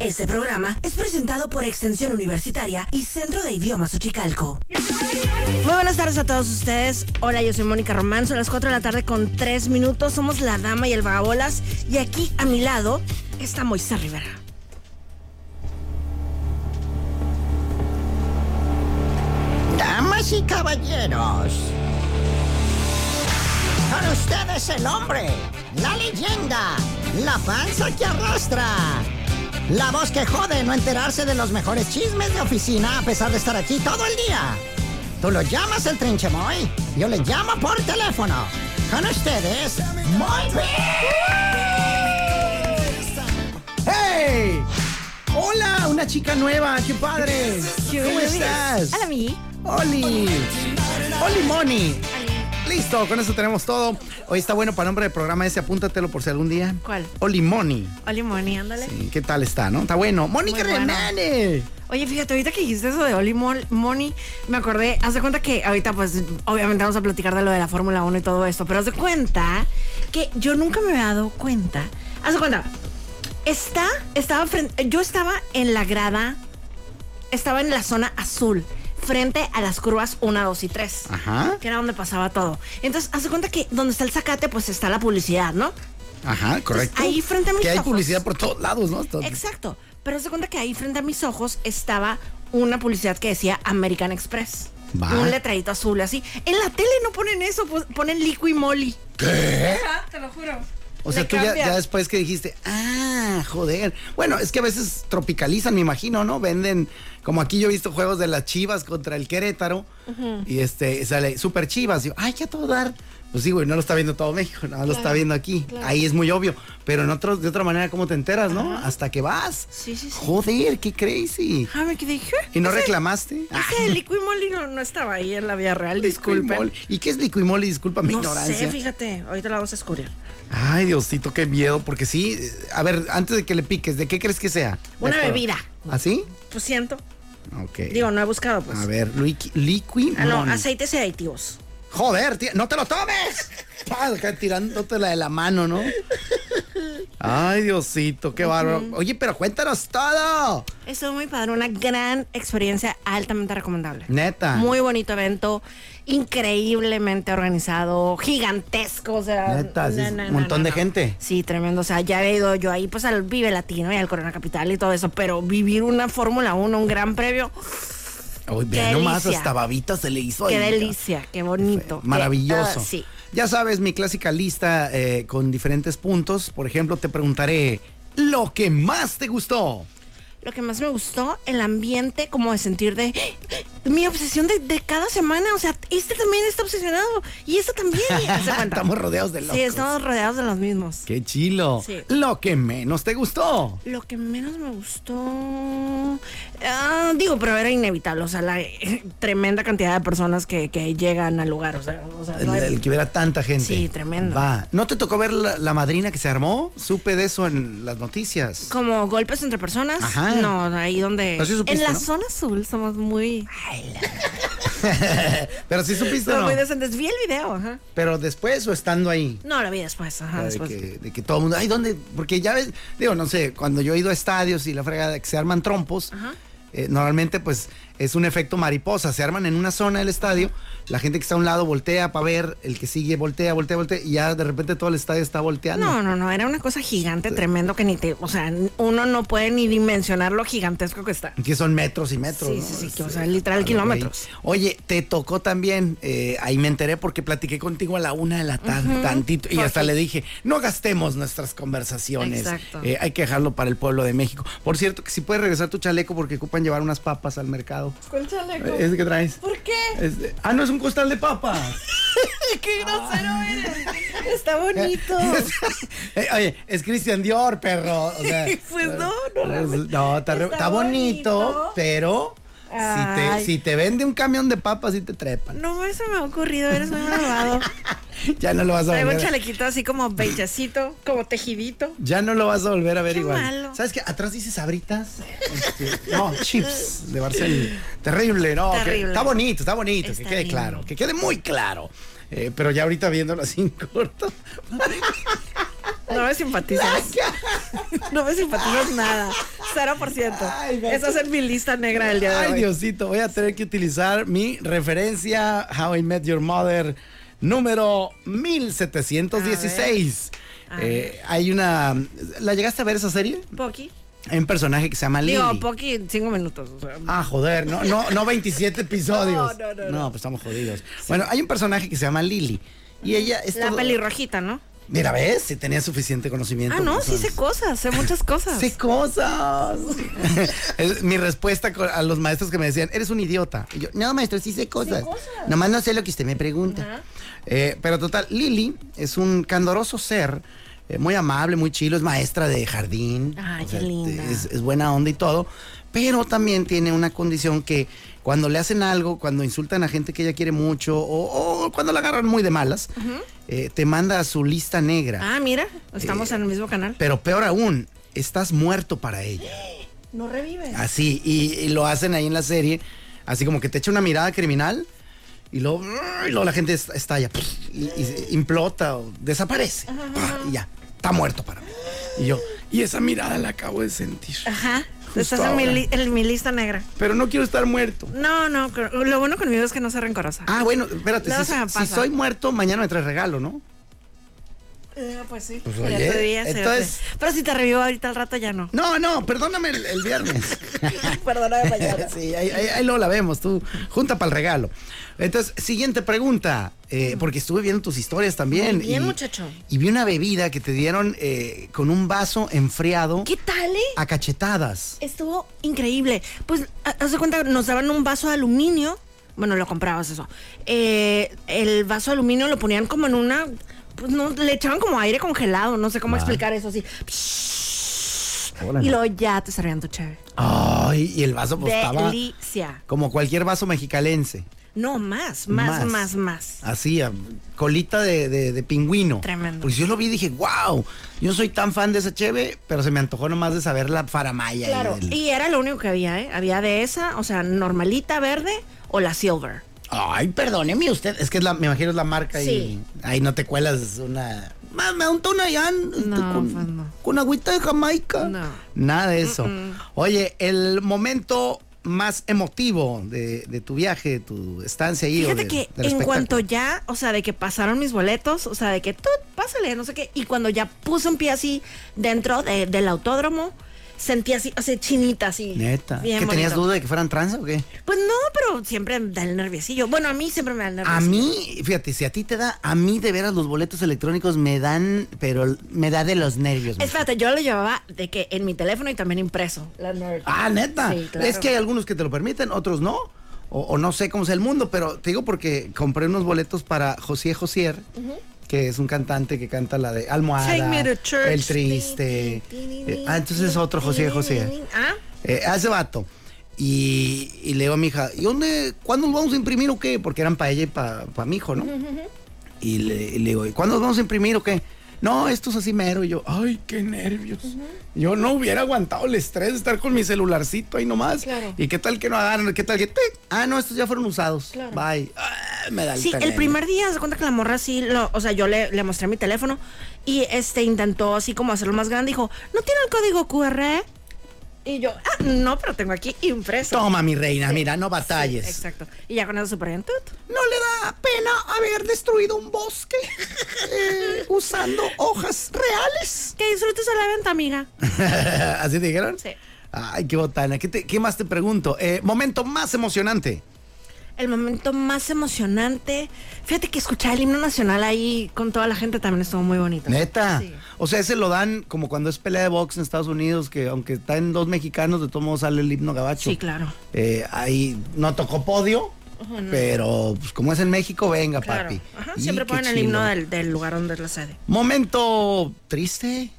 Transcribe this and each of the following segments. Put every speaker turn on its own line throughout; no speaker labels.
Este programa es presentado por Extensión Universitaria y Centro de Idiomas Uchicalco.
Muy buenas tardes a todos ustedes. Hola, yo soy Mónica Román. Son las 4 de la tarde con 3 minutos. Somos la dama y el vagabolas. Y aquí a mi lado está Moisés Rivera.
Damas y caballeros. Con ustedes el hombre, la leyenda, la panza que arrastra. La voz que jode no enterarse de los mejores chismes de oficina a pesar de estar aquí todo el día. Tú lo llamas el trinchemoy, yo le llamo por teléfono. Con ustedes, muy ¡Hey! ¡Hola! ¡Una chica nueva! ¡Qué padre! ¿Cómo estás?
Hola, mi.
Oli. Oli Money. Listo, con eso tenemos todo. Hoy está bueno para nombre del programa ese, apúntatelo por si algún día.
¿Cuál?
Oli Money.
Oli Moni, ándale.
Sí, ¿Qué tal está, no? Está bueno. Mónica
Muy bueno.
Renane.
Oye, fíjate, ahorita que dijiste eso de Oli Mon- Moni, me acordé, haz de cuenta que ahorita, pues, obviamente vamos a platicar de lo de la Fórmula 1 y todo esto, pero haz de cuenta que yo nunca me había dado cuenta. Haz de cuenta, está, estaba frente, yo estaba en la grada, estaba en la zona azul, frente a las curvas 1, 2 y 3.
Ajá.
Que era donde pasaba todo. Entonces, haz de cuenta que donde está el zacate, pues está la publicidad, ¿no?
Ajá, correcto.
Pues ahí frente a mis
Que hay
ojos.
publicidad por todos lados, ¿no? Todo-
Exacto. Pero se cuenta que ahí frente a mis ojos estaba una publicidad que decía American Express.
Va.
Un letradito azul así. En la tele no ponen eso, pues, ponen licu y moli.
¿Qué?
Ah, te lo juro.
O sea,
Le
tú ya,
cambia.
ya después que dijiste, ah, joder. Bueno, es que a veces tropicalizan, me imagino, ¿no? Venden, como aquí yo he visto juegos de las Chivas contra el Querétaro y este sale Super Chivas. Y yo, ay, ya todo dar. Pues sí, güey, no lo está viendo todo México, nada más lo está viendo aquí. Ahí es muy obvio. Pero en otros, de otra manera, ¿cómo te enteras, no? Hasta que vas.
Sí, sí, sí.
Joder, qué crazy.
Ah, me quedé, ¿qué?
¿Y no
Ese-
reclamaste? Ah,
Ese licu y moli no, no estaba ahí en la vida real,
Licuimol.
disculpen.
¿Y qué es licuimoli? Disculpa mi
No
ignorancia.
sé, fíjate, ahorita la vamos a descubrir.
Ay, Diosito, qué miedo, porque sí. eh, A ver, antes de que le piques, ¿de qué crees que sea? De
Una
acuerdo.
bebida.
¿Así?
Pues siento.
Ok.
Digo, no he buscado, pues.
Eh, A ver, liqui- liqui.
Ah, no,
money.
aceites y aditivos.
Joder, tía, no te lo tomes. Pa, acá Tirándote la de la mano, ¿no? Ay, Diosito, qué bárbaro. Oye, pero cuéntanos todo.
Estuvo muy padre, una gran experiencia altamente recomendable.
Neta.
Muy bonito evento, increíblemente organizado, gigantesco, o sea,
Neta, sí,
na,
es
na,
un
na,
montón
na,
de
na.
gente.
Sí, tremendo, o sea, ya he ido yo ahí pues al Vive Latino y al Corona Capital y todo eso, pero vivir una Fórmula 1, un gran previo,
Uy,
Qué
vean nomás,
delicia.
hasta babita se le hizo.
qué
ahí.
delicia, qué bonito. qué-
Maravilloso.
ah, sí.
Ya sabes, mi clásica lista eh, con diferentes puntos. Por ejemplo, te preguntaré lo que más te gustó.
Lo que más me gustó, el ambiente, como de sentir de mi obsesión de, de cada semana. O sea, este también está obsesionado y este también. y- haz de cuenta.
Estamos rodeados de locos.
Sí, estamos rodeados de los mismos.
Qué chilo.
Sí.
Lo que menos te gustó.
Lo que menos me gustó. ah, digo, pero era inevitable. O sea, la eh, tremenda cantidad de personas que, que llegan al lugar. O sea, o sea,
El,
no hay-
el que hubiera tanta gente.
Sí, tremendo.
Va. ¿No te tocó ver la, la madrina que se armó? Supe de eso en las noticias.
como golpes entre personas.
Ajá.
No, ahí donde.
Pero sí supiste,
en la
¿no?
zona azul somos muy.
Pero sí supiste,
somos
¿no?
muy decentes. Vi el video, ajá.
Pero después o estando ahí.
No, lo vi después, ajá.
de,
después.
que, de que todo el mundo, ay, ¿dónde? Porque ya ves, digo, no sé, cuando yo he ido a estadios y la fregada que se arman trompos,
Ajá.
eh, normalmente pues es un efecto mariposa, se arman en una zona del estadio, la gente que está a un lado voltea para ver, el que sigue voltea, voltea, voltea, y ya de repente todo el estadio está volteando.
No, no, no, era una cosa gigante, tremendo que ni te. O sea, uno no puede ni dimensionar lo gigantesco que está.
Que son metros y metros.
Sí,
¿no?
sí, sí, que,
Este,
o sea, literal,
algo
kilómetros.
ahí. Oye, te tocó también, eh, ahí me enteré porque platiqué contigo a la una de la tarde, tantito, y hasta
porque-
le dije, no gastemos nuestras conversaciones.
Exacto.
Eh, hay que dejarlo para el pueblo de México. Por cierto, que si puedes regresar tu chaleco porque ocupan llevar unas papas al mercado.
¿Cuál chaleco?
Eh, ¿Ese que traes?
¿Por qué?
Este, ah, no, es un costal de papas.
¡Qué grosero eres! Está bonito.
Eh, Oye, es Cristian Dior, perro. o sea,
Pues no, no,
pues,
realmente.
no, está, re-
Está
está bonito,
bonito.
pero Si te,
Ay.
si te vende un camión de papas, sí te trepan.
No, eso me ha ocurrido, eres muy malvado.
Ya no lo vas a
Traigo un
volver. a-
chalequito así como pechacito, como tejidito.
Ya no lo vas a volver a ver
Qué
igual.
malo.
¿Sabes qué? Atrás dice sabritas. Este, no, chips de Barcelona. Terrible, no. que-
Terrible.
está bonito, está bonito. que
Está
quede
bien.
claro. Que quede muy claro. Eh, pero ya ahorita viéndolo así en corto.
No me simpatizas. No me simpatizas nada. 0%.
Ay, gato.
Esa es en mi lista negra del día de hoy.
Ay, Diosito, voy a tener que utilizar mi referencia How I Met Your Mother número 1716. Eh, hay una... ¿La llegaste a ver esa serie?
Pocky.
Hay un personaje que se llama Lily.
Digo, Pocky en 5 minutos. O sea,
Ah, joder, no, no, no 27 episodios.
No, no, no,
pues estamos jodidos. Bueno, hay un personaje que se llama Lily. Y ella es
la
todo-
pelirrojita, ¿no?
Mira, ¿ves? Si tenía suficiente conocimiento.
Ah, no, sí
personas.
sé cosas, sé muchas cosas.
Sé cosas. Es mi respuesta co- a los maestros que me decían, eres un idiota. Y yo, no, maestro, sí sé cosas. Nomás no sé lo que usted me pregunta. Eh, pero total, Lili es un candoroso ser. eh, muy amable, muy chilo, es maestra de jardín.
Ay, qué
te-
linda.
Es, es buena onda y todo. Pero también tiene una condición que cuando le hacen algo, cuando insultan a gente que ella quiere mucho o, o cuando la agarran muy de malas, eh, te manda a su lista negra.
Ah, mira,
Eh.
estamos en el mismo canal.
Pero peor aún, estás muerto para ella.
No revives.
Así, y, y lo hacen ahí en la serie, así como que te echa una mirada criminal y luego, y luego la gente est- estalla, pues, y, y se implota o desaparece. Pa, Y ya, está muerto para mí. Y yo, y esa mirada la acabo de sentir.
Ajá.
Justo
Estás en mi,
ahora.
li- en mi lista negra.
Pero no quiero estar muerto.
No, no, creo- lo bueno conmigo es que no soy rencorosa.
Ah, bueno, espérate,
Luego
si,
se me
si
pasa.
soy muerto, mañana me traes regalo, ¿no?
Eh, pues sí.
Pues,
Ya
oye,
te vi hacer-
entonces-
Pero si te revivo ahorita al rato ya no.
No, no, perdóname el, el viernes. Ah.
Perdóname mañana.
sí, ahí, ahí- ahí luego la vemos, tú. Junta para el regalo. Entonces, siguiente pregunta, eh, porque estuve viendo tus historias también.
Muy bien,
y-
muchacho.
Y vi una bebida que te dieron eh, con un vaso enfriado
¿Qué tal, eh?
a cachetadas.
Estuvo increíble. Pues, ha- haz de cuenta, nos daban un vaso de aluminio. Bueno, lo comprabas eso. Eh, el vaso de aluminio lo ponían como en una. Pues no, le echaban como aire congelado. No sé cómo
Ah.
explicar eso así. Y luego ya te servían tu chévere.
Ay, y el vaso pues, estaba
Delicia.
como cualquier vaso mexicalense.
No, más, más,
Más.
más, más.
Así, a- colita de, de- de pingüino.
Tremendo.
Pues yo lo vi y dije, wow, yo no soy tan fan de esa cheve, pero se me antojó nomás de saber la faramaya. y
Claro.
el-
Y era lo único que había, ¿eh? Había de esa, o sea, normalita verde o la silver.
Ay, perdóneme usted. Es que es la, me imagino es la marca
Sí.
y ahí no te cuelas una. Ma, Me unto una ya este,
No,
con,
pues no.
con agüita de Jamaica.
No.
Nada de eso. Oye, el momento más emotivo de, de tu viaje, de tu estancia ahí. o
Fíjate
del-
que
del
en cuanto
espectáculo.
ya, o sea, de que pasaron mis boletos, o sea, de que tú, pásale, no sé qué, y cuando ya puse un pie así dentro de- del autódromo, sentí así, o sea, chinita así.
Neta.
Bien
¿Que tenías
bonito.
duda de que fueran trans o qué?
Pues no, pero siempre me da el nerviosillo. Bueno, a mí siempre me da el
A
nerviosillo.
mí, fíjate, si a ti te da, a mí de veras los boletos electrónicos me dan, pero me da de los nervios. mujer.
Espérate, yo lo llevaba de que en mi teléfono y también impreso. La nerd.
Ah, neta.
Sí, claro.
Es que hay algunos que te lo permiten, otros no. O, o no sé cómo es el mundo, pero te digo porque compré unos boletos para José Josier, que es un cantante que canta la de Almohada,
Take me to church.
El Triste. Eh, ah, entonces es otro José Josier.
Ah,
Eh, a ese vato. Y, y le digo a mi hija, ¿y dónde, cuándo los vamos a imprimir o qué? Porque eran para ella y para mi hijo, ¿no? Y le, y le digo, ¿y cuándo los vamos a imprimir o qué? No, esto es así mero. Y yo, ay, qué nervios. Yo no hubiera aguantado el estrés de estar con mi celularcito ahí nomás.
Claro.
¿Y qué tal que no agarran? ¿Qué tal que te? Ah, no, estos ya fueron usados. Bye. Ah, me da
Sí, el
tener-
primer día se cuenta que la morra sí, lo- o sea, yo le, le mostré mi teléfono y este intentó así como hacerlo más grande. Dijo, ¿no tiene el código QR? Y yo, ah, no, pero tengo aquí impreso.
Toma, pues. mi reina, mira, no
Sí,
batalles.
exacto. Y ya con eso super bien. tut.
¿No le da pena haber destruido un bosque eh, usando hojas reales?
Que disfrutes de la venta, amiga.
¿Así te dijeron?
Sí.
Ay, qué botana. ¿Qué, te- qué más te pregunto? Eh, momento más emocionante.
El momento más emocionante. Fíjate que escuchar el himno nacional ahí con toda la gente también estuvo muy bonito.
Neta.
Sí.
O sea, ese lo dan como cuando es pelea de box en Estados Unidos, que aunque están dos mexicanos, de todos modos sale el himno gabacho.
Sí, claro.
Eh, ahí no tocó podio, pero pues, como es en México, venga,
Claro.
papi.
Ajá,
Y
siempre
qué
ponen el
chilo.
himno del, del lugar donde es la sede.
Momento triste.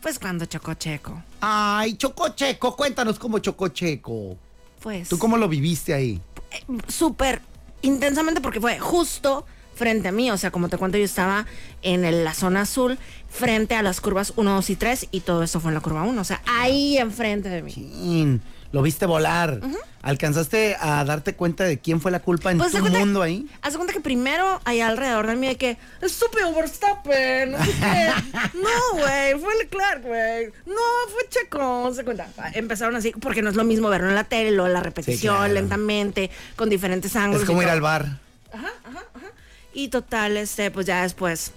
Pues cuando chocó Checo.
Ay, Chococheco, cuéntanos cómo Chococheco.
Pues.
¿Tú cómo lo viviste ahí?
súper intensamente porque fue justo frente a mí, o sea, como te cuento, yo estaba en el- la zona azul, frente a las curvas 1, 2 y 3, y todo eso fue en la curva 1, o sea, ahí enfrente de mí.
Chin, Lo viste volar. ¿Alcanzaste a darte cuenta de quién fue la culpa en
Pues,
tu
haz de cuenta-
mundo ahí?
Haz de cuenta que primero allá alrededor de mí de que, estúpido Verstappen, no sé qué. No, güey, fue Leclerc, güey. No, fue Checo, se cuenta. Ah, Empezaron así, porque no es lo mismo verlo en la tele, luego la repetición
claro.
lentamente, con diferentes ángulos.
Es como
y
ir
todo.
al bar.
Ajá, ajá, ajá. Y total, este, pues ya después,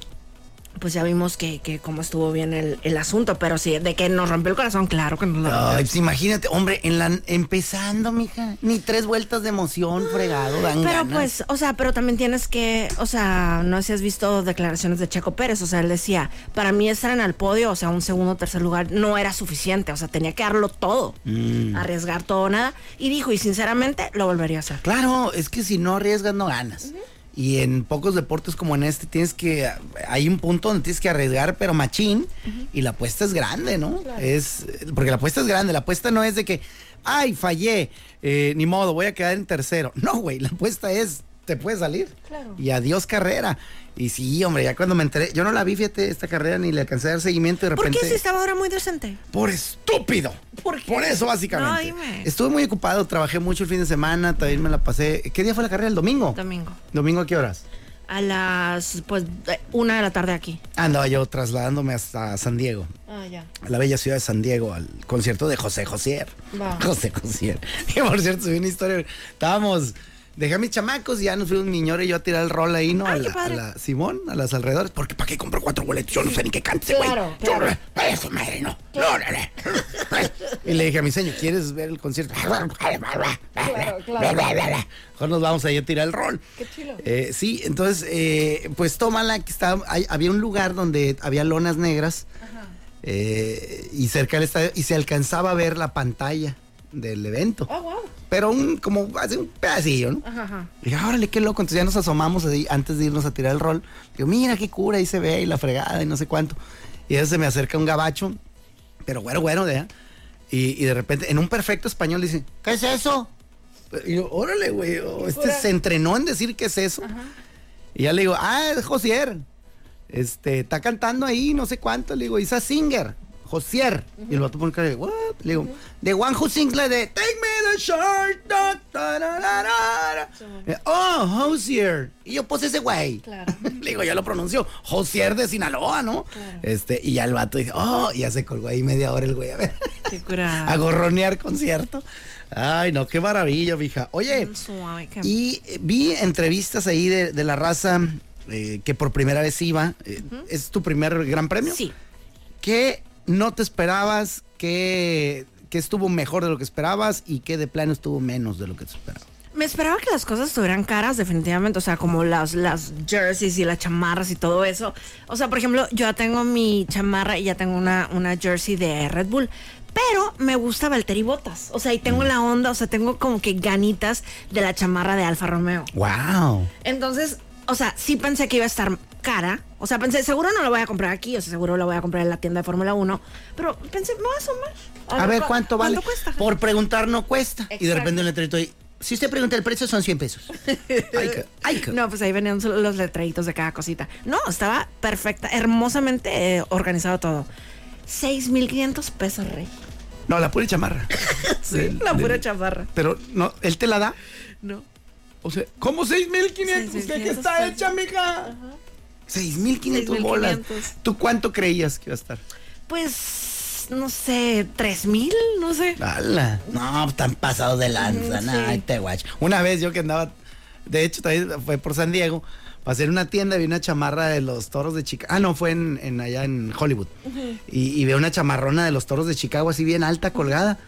pues ya vimos que, que cómo estuvo bien el, el asunto, pero sí, de que nos rompió el corazón, claro que nos lo rompió.
Ay, pues imagínate, hombre, en la, empezando, mija. Ni tres vueltas de emoción, fregado, dan
Pero
ganas.
pues, o sea, pero también tienes que, o sea, no sé si has visto declaraciones de Checo Pérez, o sea, él decía, para mí estar en el podio, o sea, un segundo, tercer lugar, no era suficiente, o sea, tenía que darlo todo,
Mm.
arriesgar todo, nada, y dijo, y sinceramente, lo volvería a hacer.
Claro, es que si no arriesgas, no ganas. Y en pocos deportes como en este tienes que, hay un punto donde tienes que arriesgar, pero machín, y la apuesta es grande, ¿no? Es, porque la apuesta es grande, la apuesta no es de que, ay, fallé, eh, ni modo, voy a quedar en tercero. No, güey, la apuesta es, te puede salir. Y adiós carrera. Y sí, hombre, ya cuando me enteré, yo no la vi, fíjate, esta carrera, ni le alcancé a dar seguimiento y de
¿Por
repente...
qué si estaba ahora muy decente?
Por estúpido.
¿Por
¿Por,
qué?
eso, básicamente.
No, dime.
Estuve muy ocupado, trabajé mucho el fin de semana, también me la pasé. ¿Qué día fue la carrera? ¿El domingo?
Domingo.
¿Domingo a qué horas?
A las, pues, eh, una de la tarde aquí.
Andaba yo trasladándome hasta San Diego,
Ah, ya.
a la bella ciudad de San Diego, al concierto de José Josier.
Va.
José Josier. Y por cierto, subí una historia. Estábamos. Dejé a mis chamacos y ya nos fuimos mi ñora y yo a tirar el rol ahí, ¿no?
Ay,
a,
qué
la,
padre.
a la Simón, a las alrededores. Porque ¿para qué compro cuatro boletos? Yo no sé ni qué cante, güey.
Claro,
Yo,
claro.
Para eso, madre, no. No, no, no. y le dije a mi señor, ¿quieres ver el concierto? Mejor nos vamos ahí a tirar el rol. Qué chilo. sí, entonces, eh, pues tómala, que estaba, hay- había un lugar donde había lonas negras eh, y cerca del estadio y se alcanzaba a ver la pantalla del evento.
Oh,
Pero un, como hace un pedacillo, ¿no? Dije, órale, qué loco. Entonces ya nos asomamos así antes de irnos a tirar el rol. Digo, mira qué cura, ahí se ve, y la fregada, y no sé cuánto. Y eso se me acerca un gabacho, pero bueno, bueno, de allá. Y, y de repente, en un perfecto español, dice, ¿qué es eso? Y yo, órale, güey, oh, este se entrenó en decir qué es eso. Y ya le digo, ah, es Josier. Este, está cantando ahí, no sé cuánto. Le digo, Isa Singer, Josier. Y el vato pone cara de, what? Le digo, the one who sings like de, take me the short, da, da, da, da, da, da". Eh, Oh, Josier. Y yo, pues ese güey. le digo, ya lo pronuncio, Josier de Sinaloa, ¿no? Este, y ya el vato dice, oh, y ya se colgó ahí media hora el güey, a ver.
Qué curada.
a gorronear concierto. Ay, no, qué maravilla, mija. Oye,
Suave, qué-
y eh, vi entrevistas ahí de, de la raza eh, que por primera vez iba. Eh, ¿Es tu primer gran premio?
Sí.
¿Qué no te esperabas? ¿Qué, qué estuvo mejor de lo que esperabas? ¿Y qué de plano estuvo menos de lo que te esperabas?
Me esperaba que las cosas estuvieran caras, definitivamente. O sea, como las, las jerseys y las chamarras y todo eso. O sea, por ejemplo, yo ya tengo mi chamarra y ya tengo una, una jersey de Red Bull. Pero me gusta Valtteri Botas. O sea, y
Mm.
tengo la onda, o sea, tengo como que ganitas de la chamarra de Alfa Romeo.
¡Wow!
Entonces, o sea, sí pensé que iba a estar cara. O sea, pensé, seguro no la voy a comprar aquí, o sea, seguro la voy a comprar en la tienda de Fórmula 1. Pero pensé, me voy a asomar.
A ver,
cu-
¿cuánto vale?
cuesta?
Por preguntar no cuesta. Y de
Exacto.
repente un letrerito ahí. Si usted pregunta el precio, son 100 pesos. Ay, ca- ay, ca-
No, pues ahí venían solo los letreritos de cada cosita. No, estaba perfecta, hermosamente eh, organizado todo. 6.500 pesos, rey.
No, la pura chamarra.
Sí, la pura chamarra.
Pero, no, ¿él te la da?
No.
O sea, ¿cómo 6500?
Seis mil
¿Usted qué
quinientos
está
pesos.
hecha, mija? 6500
Seis mil
bolas.
quinientos.
¿Tú cuánto creías que iba a estar?
Pues, no sé, 3.000, no sé.
Ah. ¡Hala! No, están pasados de lanza. no, ahí te guacho. Una vez yo que andaba, de hecho, también fue por San Diego, pasé en una tienda y vi una chamarra de los toros de Chicago. Ah, no, fue en, en allá en Hollywood. Y, y veo una chamarrona de los toros de Chicago así bien alta, colgada.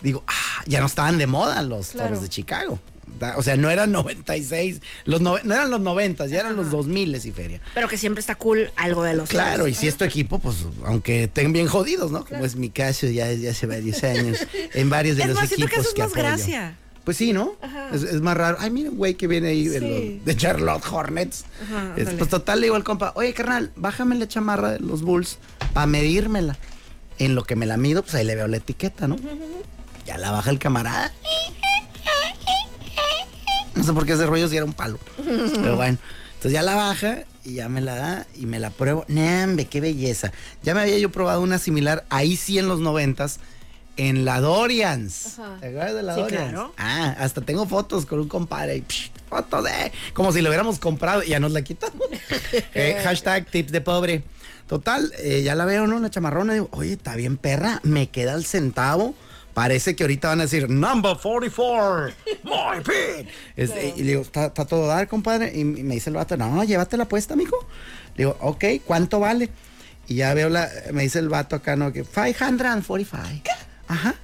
Digo, ah, ya no estaban de moda los toros de Chicago. Da- O sea, no eran 96, los nove- no eran los 90, ya eran los 2000 y feria.
Pero que siempre está cool algo de los
Claro, y si es tu equipo, pues aunque estén bien jodidos, ¿no? Como es mi caso ya desde hace varios años en varios de
Es
los
más, siento
equipos
que eso es más
apoyo.
gracia.
Pues sí, ¿no? Es, es más raro. Ay, mira, un güey que viene ahí de, los- de Charlotte Hornets. Es- pues total, le digo al compa, oye, carnal, bájame la chamarra de los Bulls para medírmela. En lo que me la mido, pues ahí le veo la etiqueta, ¿no? Ya la baja el camarada. No sé por qué ese rollo si era un palo. Pero bueno. Entonces ya la baja y ya me la da y me la pruebo. ¡Nambe, qué belleza! Ya me había yo probado una similar, ahí sí en los noventas, en la Dorians. ¿Te acuerdas de la
Sí,
Dorians?
claro.
Ah, hasta tengo fotos con un compadre. y, psh, fotos de. Como si lo hubiéramos comprado y ya nos la quitamos. Eh, hashtag tips de pobre. Total, eh, ya la veo, ¿no? La chamarrona. Digo, oye, está bien, perra. Me queda el centavo. Parece que ahorita van a decir, number 44, my pig. Este, Y le digo, está está todo dar, compadre. Y, y me dice el vato, no, llévatela puesta, mijo. Le digo, ok, ¿cuánto vale? Y ya veo la, me dice el vato acá, ¿no? Que 545. Ajá.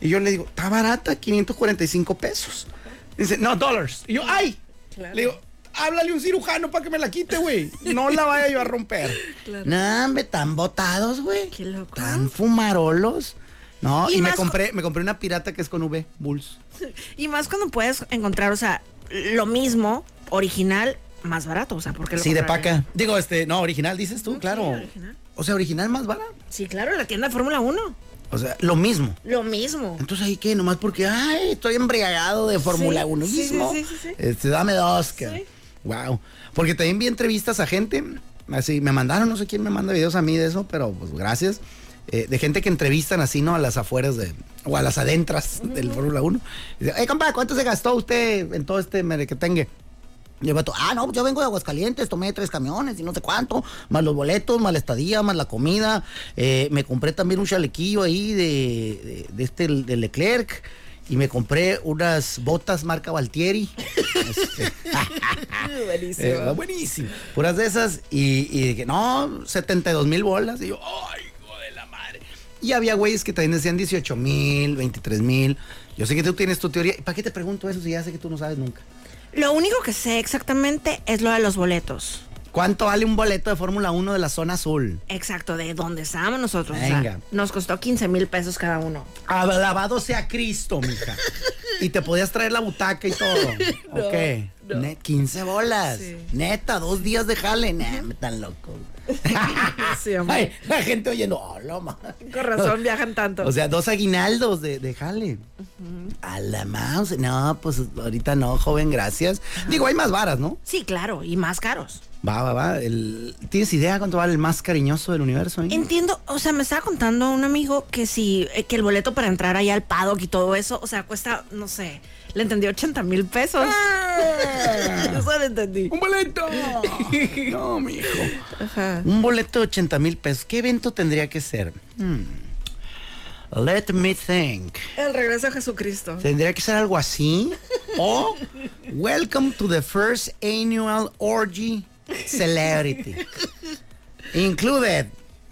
Y yo le digo, está barata, 545 pesos. Dice, no, dólares. Y yo, ay. Le digo, háblale a un cirujano para que me la quite, güey. No la vaya yo a romper. No, hombre, tan botados, güey.
Qué loco.
Tan fumarolos. No,
Y
y, me
más-
compré, me compré una pirata que es con V, Bulls.
Y más cuando puedes encontrar, o sea, lo mismo, original, más barato, o sea, porque lo
Sí, de
compraría?
paca. Digo, este, no, original, dices tú, claro. O sea, original más barato.
Sí, claro, en la tienda de Fórmula 1.
O sea, lo mismo.
Lo mismo.
Entonces ahí que nomás porque ay, estoy embriagado de Fórmula
Sí,
1
sí,
mismo.
sí, sí, sí, sí.
Este, dame dos, que. Wow. Porque también vi entrevistas a gente, así me mandaron, no sé quién me manda videos a mí de eso, pero pues gracias. eh, de gente que entrevistan así, ¿no? A las afueras de. O a las adentras del Fórmula 1. Dice, hey, compa, ¿cuánto se gastó usted en todo este merequetengue? Y el vato, ah, no, yo vengo de Aguascalientes, tomé tres camiones y no sé cuánto, más los boletos, más la estadía, más la comida. Eh, me compré también un chalequillo ahí de, de, de este, de Leclerc. Y me compré unas botas marca Valtieri. Este,
Buenísimo.
eh, buenísimo. Puras de esas. Y, y dije, no, 72 mil bolas. Y yo, ¡ay, hijo de la madre! Y había güeyes que también decían 18 mil, 23 mil. Yo sé que tú tienes tu teoría. ¿Y para qué te pregunto eso si ya sé que tú no sabes nunca?
Lo único que sé exactamente es lo de los boletos.
¿Cuánto vale un boleto de Fórmula 1 de la zona azul?
Exacto, de dónde estábamos nosotros. o sea,
Venga.
nos costó 15 mil pesos cada uno.
Alabado sea Cristo, mija. y te podías traer la butaca y todo. ok. Ne- 15 bolas. Neta, dos días de jale. Nah, me tan loco.
Sí, hombre.
Ay, la gente oyendo, oh, la madre".
Con razón viajan tanto.
O sea, dos aguinaldos de, de jale. A la mouse. No, pues ahorita no, joven, gracias. Digo, hay más varas, ¿no?
Sí, claro, y más caros.
Va, va, va. El- ¿Tienes idea cuánto vale el más cariñoso del universo? eh?
Entiendo, o sea, me estaba contando un amigo que si, eh, que el boleto para entrar ahí al paddock y todo eso, o sea, cuesta, no sé, le entendí 80 mil pesos.
Ah,
Ah. Eso le entendí.
¡Un boleto! no, mijo. Un boleto de 80 mil pesos. ¿Qué evento tendría que ser? Hmm. Let me think.
El regreso a Jesucristo.
¿Tendría que ser algo así? O Welcome to the first annual orgy celebrity. Included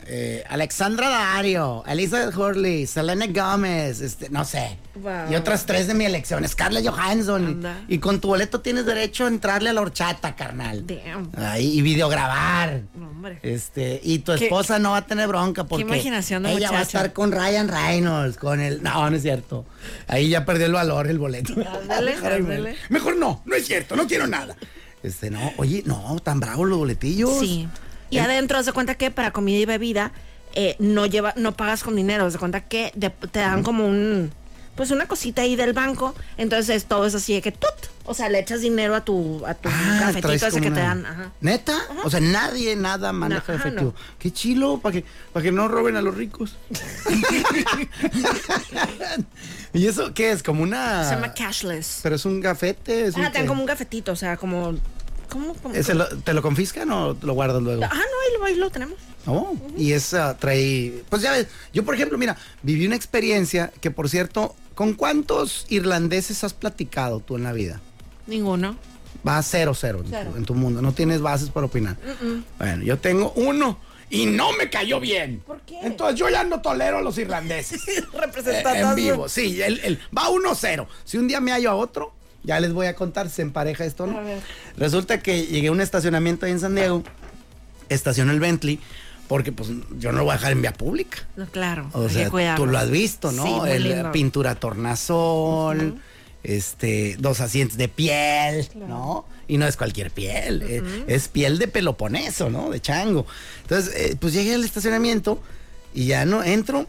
eh, Alexandra Dario, Elizabeth Hurley, Selena Gomez, este, no sé.
Wow.
Y otras tres de mi elección, Scarlett Johansson.
Anda.
Y con tu boleto tienes derecho a entrarle a la horchata, carnal.
Damn.
Ay, y videograbar.
No, hombre.
Este, y tu esposa no va a tener bronca porque
imaginación de
ella va a
muchacho.
estar con Ryan Reynolds, con el. No, no es cierto. Ahí ya perdió el valor el boleto.
Ándale,
Mejor ahí muere.
ándale.
Mejor no, no es cierto, no quiero nada. Este, no, oye, no, tan bravos los boletillos.
Sí. Y adentro, haz de cuenta que para comida y bebida eh, no lleva, no pagas con dinero, haz de cuenta que de- te dan como un, pues una cosita ahí del banco, entonces todo es así de que tut, o sea, le echas dinero a tu, a tu
Ah,
cafetito
traes
ese
como
Pues, que te
una-
dan. Ajá.
¿Neta? O sea, nadie nada maneja
No, ajá,
efectivo. Qué chilo, para que, para que no roben a los ricos. ¿Y eso qué es? Como una.
Se llama cashless.
Pero es un gafete, es un
Ah, te dan
qué?
como un cafetito, o sea, como, ¿cómo? cómo-
¿Ese lo- ¿Te lo confiscan o lo guardas luego?
Ah, no, ahí lo, ahí lo tenemos.
No, y esa trae. Pues ya ves, yo por ejemplo, mira, viví una experiencia que por cierto, ¿con cuántos irlandeses has platicado tú en la vida?
Ninguno.
Va a cero, cero, en tu- En, tu, mundo, no tienes bases para opinar. Bueno, yo tengo uno y no me cayó bien. ¿Por qué? Entonces yo ya no tolero a los irlandeses.
Representando
Eh, en vivo, sí, el, el- va 1-0. Si un día me hallo a otro, ya les voy a contar, se empareja esto, ¿no? Resulta que llegué a un estacionamiento ahí en San Diego, estaciono el Bentley, porque pues yo no lo voy a dejar en vía pública.
No, claro.
O sea, tú lo has visto, ¿no? El- eh, la pintura tornasol, este, dos asientos de piel, ¿no? Y no es cualquier piel, eh, es piel de peloponeso, ¿no? De chango. Entonces, eh, pues llegué al estacionamiento y ya no entro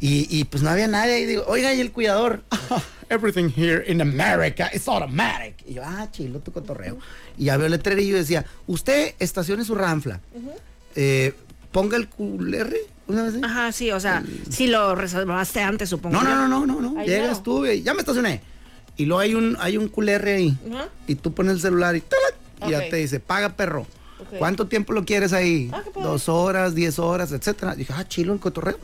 y, y, pues no había nadie. Y digo, oiga, ¿y el cuidador? everything here in America is automatic. Y yo, ah, chilo, tu cotorreo. Y ya veo el letrerillo y decía, usted estacione su ranfla. Eh, ponga el QR, una vez así.
Ajá, sí, o sea, si lo reservaste antes, supongo.
No, no, no, no, no, no.
Ahí
Llegas
mero.
tú, güey, ya me estacioné. Y luego hay un, hay un culerre ahí.
Ajá.
Y tú pones el celular y, ¡talac! y
Ok.
ya te dice, paga perro.
Ok.
¿Cuánto tiempo lo quieres ahí?
Ah, qué padre.
Dos horas, diez horas, etcétera. Dije, ah, chilo el cotorreo.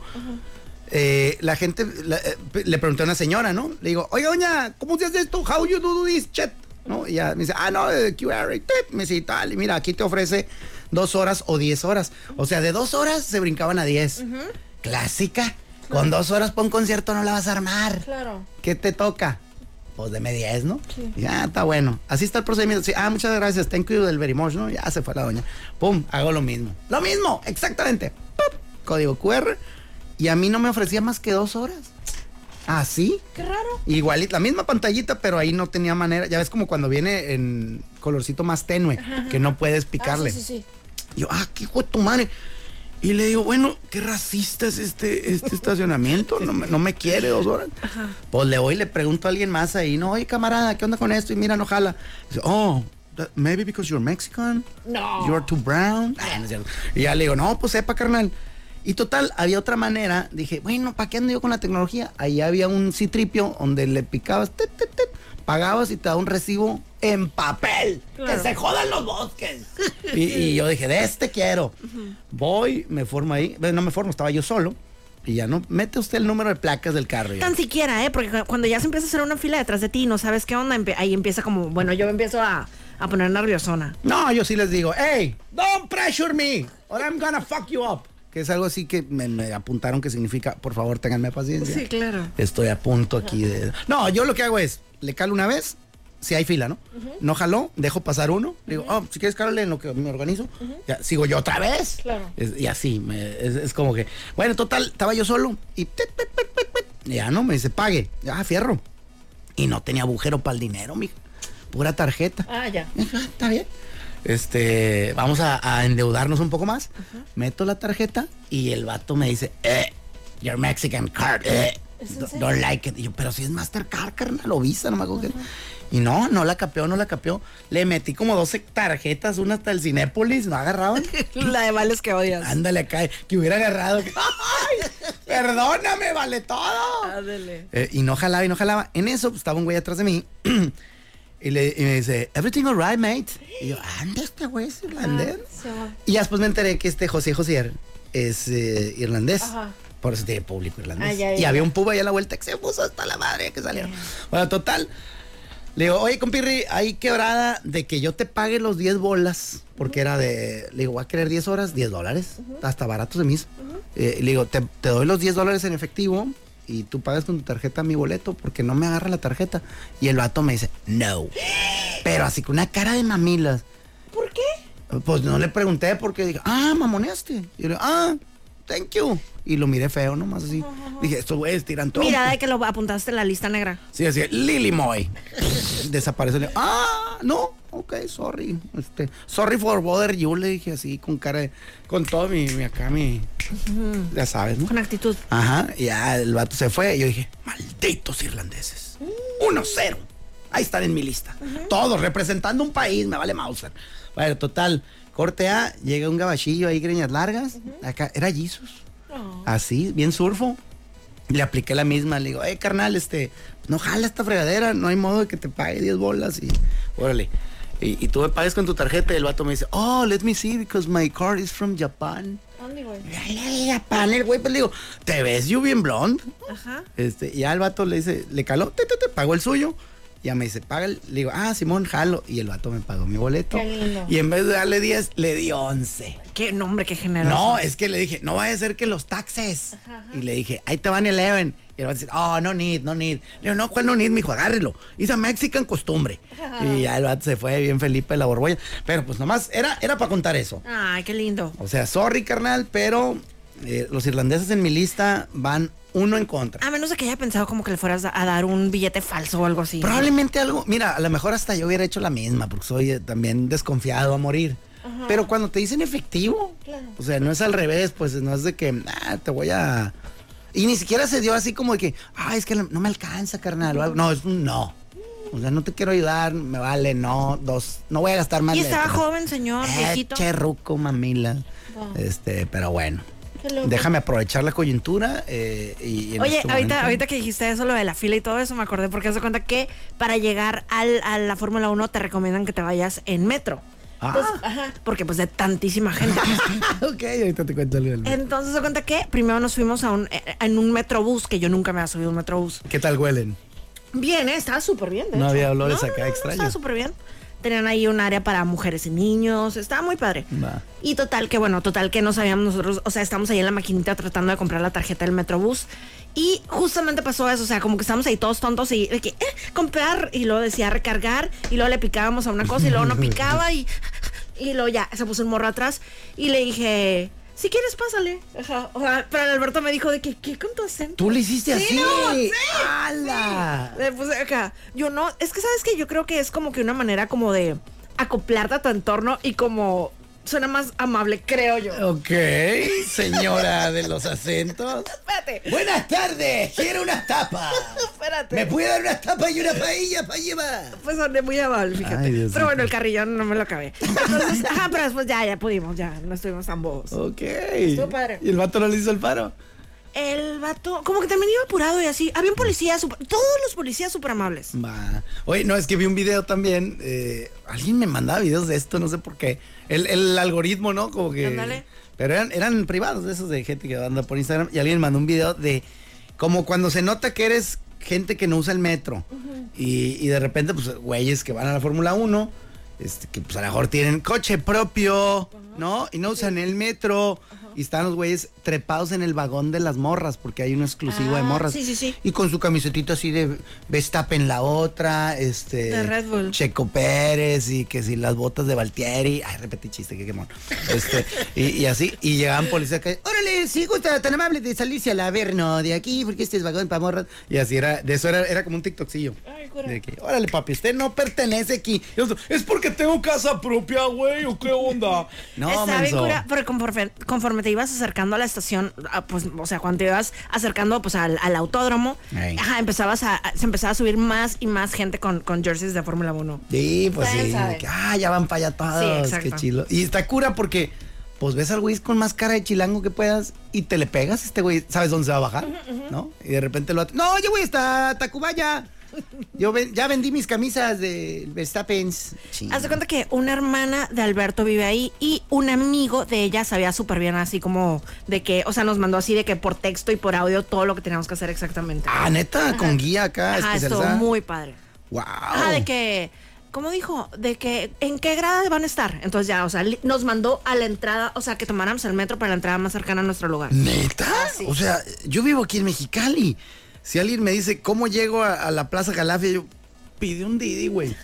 Eh, la gente la- eh, pe- le pregunté a una señora, ¿no? Le digo, oye, doña, ¿cómo se hace esto? How you do this chat? ¿No? Y ya me dice, ah, no, eh, QR, tip. me dice, tal, y mira, aquí te ofrece dos horas o diez horas. O sea, de dos horas se brincaban a diez. Clásica. Con dos horas para un concierto no la vas a armar.
Claro.
¿Qué te toca? Pues deme 10, ¿no? Ya, está bueno. Así está el procedimiento. Sí, ah, muchas gracias. Thank you del very much, ¿no? Ya se fue la doña. Pum, hago lo mismo. Lo mismo, exactamente. Pup, código QR. Y a mí no me ofrecía más que dos horas. Así.
Qué raro.
Igual, la misma pantallita, pero ahí no tenía manera. Ya ves como cuando viene en colorcito más tenue, que no puedes picarle.
Ah, sí, sí,
Yo, ah, qué hijo de tu madre. Y le digo, bueno, qué racista es este, este estacionamiento, no me, no me quiere dos horas. Pues le voy y le pregunto a alguien más ahí, no, oye camarada, ¿qué onda con esto? Y mira, no jala. Dice, oh, that- maybe because you're Mexican.
No.
You're too brown. Ah, no es cierto. Y ya le digo, no, pues sepa, carnal. Y total, había otra manera. Dije, bueno, ¿para qué ando yo con la tecnología? Ahí había un citripio donde le picabas, tit, tit, tit, pagabas y te daba un recibo en papel. Que se jodan los bosques. y, y yo dije, de este quiero. Voy, me formo ahí. Bueno, No me formo, estaba yo solo. Y ya no, mete usted el número de placas del carro. Y yo,
Tan siquiera, ¿eh? Porque cu- cuando ya se empieza a hacer una fila detrás de ti y no sabes qué onda, empe- ahí empieza como, bueno, yo me empiezo a, a poner nerviosona.
No, yo sí les digo, hey, don't pressure me, or I'm gonna fuck you up. Que es algo así que me, me apuntaron que significa, por favor, ténganme paciencia.
Sí, claro.
Estoy a punto aquí de... No, yo lo que hago es, le calo una vez, si hay fila, ¿no? No jaló, dejo pasar uno, digo, oh, si quieres calarle en lo que me organizo, ya, sigo yo otra vez.
Claro.
Es- y así, me- es, es como que... Bueno, total, estaba yo solo y... tit, tit, tit, tit, tit. Ya no, me dice, pague. Ah, fierro. Y no tenía agujero para el dinero, mija. Pura tarjeta.
Ah, ya.
Ajá, Está bien. Este, vamos a, a endeudarnos un poco más. Meto la tarjeta y el vato me dice, eh, your Mexican card, eh, do- don't like it. Y yo, pero si es Mastercard, carnal, o Visa, no me acuerdo qué". Y no, no la capeó, no la capeó. Le metí como 12 tarjetas, una hasta el Cinépolis, no agarraban.
La de vales que odias.
Ándale acá, que hubiera agarrado. ¡Ay! Perdóname, vale todo.
Ándale.
Eh, y no jalaba y no jalaba. En eso pues, estaba un güey atrás de mí. y, le, y me dice, everything alright, mate. Y yo, anda este güey es irlandés.
Ah,
y ya después me enteré que este José Josier es eh, irlandés.
Ajá.
Por eso tiene público irlandés.
Ah, ya, ya,
y
ya.
había un pub allá a la vuelta que se puso hasta la madre que salieron. Bueno, total. Le digo, oye, compirri, hay quebrada de que yo te pague los 10 bolas, porque era de, le digo, voy a querer 10 horas, 10 dólares, hasta barato de mis. Eh, le digo, te, te doy los 10 dólares en efectivo y tú pagas con tu tarjeta mi boleto porque no me agarra la tarjeta. Y el vato me dice, no. Pero así con una cara de mamilas.
¿Por qué?
Pues no le pregunté porque dije, ah, mamoneaste. Y yo le ah, thank you. Y lo miré feo nomás así. Dije, estos güeyes tiran todo.
Mira, de que lo apuntaste en la lista negra.
Sí, así, Lily Moy. Desaparece. Le digo, ah, no, ok, sorry. Este, sorry for bother you, le dije así, con cara de, con todo mi, mi acá, mi, ya sabes, ¿no?
Con actitud.
Ajá, y ya el vato se fue. Y yo dije, malditos irlandeses. 1-0. Ahí están en mi lista. Todos representando un país, me vale Mauser. Bueno, total, corte A, llega un gabachillo ahí, greñas largas. Acá, era Jesus. Así, bien surfo. Le apliqué la misma, le digo, eh, carnal, este, no jala esta fregadera, no hay modo de que te pague 10 bolas y órale. Y, y tú me pagues con tu tarjeta y el vato me dice, oh, let me see, because my card is from Japan. Dale, Japan, el güey, pues le digo, ¿te ves you bien blonde?
Ajá.
Este, y ya el vato le dice, le caló, te, te, te, pagó el suyo. Ya me dice, paga el. Le digo, ah, Simón, jalo. Y el vato me pagó mi boleto.
Qué lindo.
Y en vez de darle 10, le di 11.
Qué nombre, qué generoso.
No, eh. es que le dije, no vaya a ser que los taxes. Y le dije, ahí te van 11. Y él va a decir, oh, no need, no need. Le digo, no, ¿cuál no need, mijo? Agárrelo. It's a Mexican costumbre. Y ya el vato se fue bien Felipe la borbolla. Pero pues nomás, era, era para contar eso.
Ay, qué lindo.
O sea, sorry, carnal, pero eh, los irlandeses en mi lista van uno en contra.
Ah,
A menos de que haya pensado como que le fueras a dar un billete falso o algo así.
Probablemente algo, mira, a lo mejor hasta yo hubiera hecho la misma, porque soy eh, también desconfiado a morir. Pero cuando te dicen efectivo, o sea, no es al revés, pues no es de que, ah, te voy a... Y ni siquiera se dio así como de que, ah, es que no me alcanza, carnal. o algo. No, es un no. O sea, no te quiero ayudar, me vale, no, dos, no voy a gastar más.
Y
de
estaba
esto.
joven, señor,
Eh,
viejito.
cherruco, mamila. Este, pero bueno.
Qué loco.
Déjame aprovechar la coyuntura eh, y en
Oye,
este
ahorita,
momento-
ahorita que dijiste eso, lo de la fila y todo eso, me acordé porque hace cuenta que para llegar al, a la Fórmula 1 te recomiendan que te vayas en metro.
Ah.
Entonces, ajá, porque pues de tantísima gente. pues
ok, ahorita te cuento algo del metro.
Entonces se cuenta que primero nos fuimos a un, eh, en un metrobús, que yo nunca me había subido a un metrobús.
¿Qué tal huelen?
Bien, ¿eh? estaba súper bien. de
No
hecho.
había olores
No, no,
acá
no, no,
extraños.
estaba súper bien. Tenían ahí un área para mujeres y niños, estaba muy padre.
Va.
Y total que, bueno, total que no sabíamos nosotros, o sea, estamos ahí en la maquinita tratando de comprar la tarjeta del Metrobús. Y justamente pasó eso, o sea, como que estábamos ahí todos tontos y de que, eh, comprar, y luego decía recargar, y luego le picábamos a una cosa y luego no picaba, y, y luego ya, se puso el morro atrás, y le dije, si quieres, pásale. Ajá, o sea, pero el Alberto me dijo de que, ¿qué con tu acento?
¿Tú le hiciste
Sí,
así?
no, sí,
¡Hala!
Le puse Eh, pues, acá. Yo no, es que sabes que yo creo que es como que una manera como de acoplarte a tu entorno y como suena más amable, creo yo.
Ok, señora de los acentos.
Espérate,
Buenas tardes, quiero unas tapas.
espérate.
Ah. ¿Me puede dar unas tapas y una paella para llevar?
Pues soné muy amable, fíjate.
Ay, Dios
pero bueno,
mío.
el carrillón no me lo acabé. Entonces, ajá, pero después ya, ya pudimos, ya, no estuvimos tan bobos.
Ok.
padre.
¿Y el vato no le hizo el paro?
El vato, como que también iba apurado y así. Había un policía, super- todos los policías súper amables.
Pues, Va. Oye, no, es que vi un video también. eh, alguien me mandaba videos de esto, no sé por qué. El, el algoritmo, ¿no? Como que.
Ándale.
Pero eran, eran privados, de esos de gente que anda por Instagram. Y alguien mandó un video de como cuando se nota que eres gente que no usa el metro. y, y de repente, pues, güeyes que van a la Fórmula 1, este, que pues a lo mejor tienen coche propio, ¿no? Y no usan el metro. Y están los güeyes trepados en el vagón de las morras, porque hay uno exclusivo de
Ah,
morras.
sí, sí, sí.
Y con su camisetita así de Verstappen la otra, este.
De Red Bull.
Checo Pérez y que si las botas de Valtieri. Ay, repetí chiste, que qué mono. Este, y, y así, y llegaban policías que, órale, si gusta, tan amable de salirse al averno de aquí, porque este es vagón para morras. Y así era, de eso era, era como un TikTokcillo. De que, órale, papi, usted no pertenece aquí. Y nosotros, es porque tengo casa propia, güey, o qué onda. No,
Estaba bien
menso.
cura- pero conforme, conforme te ibas acercando a la estación, ah, pues, o sea, cuando te ibas acercando pues al, al autódromo,
Ey.
ajá, empezabas a, a- se empezaba a subir más y más gente con, con jerseys de Fórmula 1.
Sí, pues sí.
Ustedes saben.
de que, ah, ya van para allá todos.
Sí, exacto.
qué chilo. Y está cura porque, pues ves al güey con más cara de chilango que puedas y te le pegas. Este güey, ¿sabes dónde se va a bajar? ¿No? Y de repente lo at- No, yo voy hasta Tacubaya. Yo ven- ya vendí mis camisas de Verstappen. Chin.
Haz de cuenta que una hermana de Alberto vive ahí y un amigo de ella sabía súper bien así como de que, o sea, nos mandó así de que por texto y por audio todo lo que teníamos que hacer exactamente.
Ah, neta, con guía acá.
Ajá, estuvo
especializada.
muy padre.
Wow.
Ajá, Ah, de que, ¿cómo dijo? De que, ¿en qué grada van a estar? Entonces ya, o sea, li- nos mandó a la entrada, o sea, que tomáramos el metro para la entrada más cercana a nuestro lugar.
¿Neta?
Ah,
O sea, yo vivo aquí en Mexicali. Si alguien me dice cómo llego a, a la Plaza Calafia, yo pide un Didi, güey.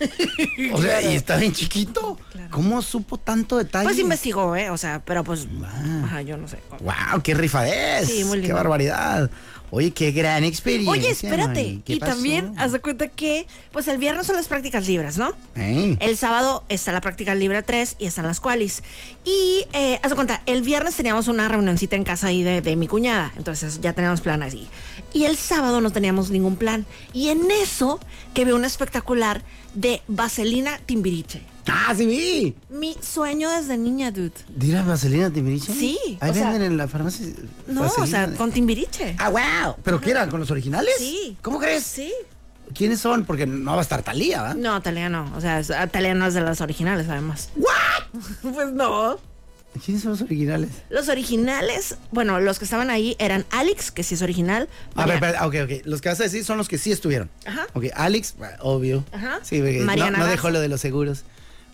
O sea, y está bien chiquito. ¿Cómo supo tanto detalle?
Pues investigó, ¿eh? O sea, pero pues,
Ah.
ajá, yo no sé.
¡Wow! ¡Qué rifadez!
Sí, muy
¡Qué
lindo.
barbaridad! Oye, qué gran experiencia.
Oye, espérate.
Mari. ¿Qué
Y
pasó?
también, haz de cuenta que, pues el viernes son las prácticas libres, ¿no?
Ey.
El sábado está la práctica libre 3 y están las cualis. Y eh, haz de cuenta, el viernes teníamos una reunioncita en casa ahí de, de mi cuñada. Entonces ya teníamos plan así. Y el sábado no teníamos ningún plan. Y en eso que veo un espectacular de Vaselina Timbiriche.
¡Ah, sí vi!
Mi sueño desde niña, dude.
¿Dirá Vaselina Timbiriche?
Sí,
Ahí
o sea-
venden en la farmacia.
No, o
Vaselina.
sea, con Timbiriche.
¡Ah, wow! ¿Pero qué eran? ¿Con los originales?
Sí.
¿Cómo crees?
Sí.
¿Quiénes son? Porque no va a estar Talía, ¿va?
No, Talía no. O sea, es- Talía no es de las originales, además. pues no.
¿Quiénes son los originales?
Los originales, bueno, los que estaban ahí eran Alex, que sí es original.
A ver,
María-
espera, ok, ok. Los que vas a decir son los que sí estuvieron.
Ajá.
Ok, Alex, bueno, obvio.
Ajá.
Sí, porque no-
Mariana
no,
Garza.
dejó lo de los seguros.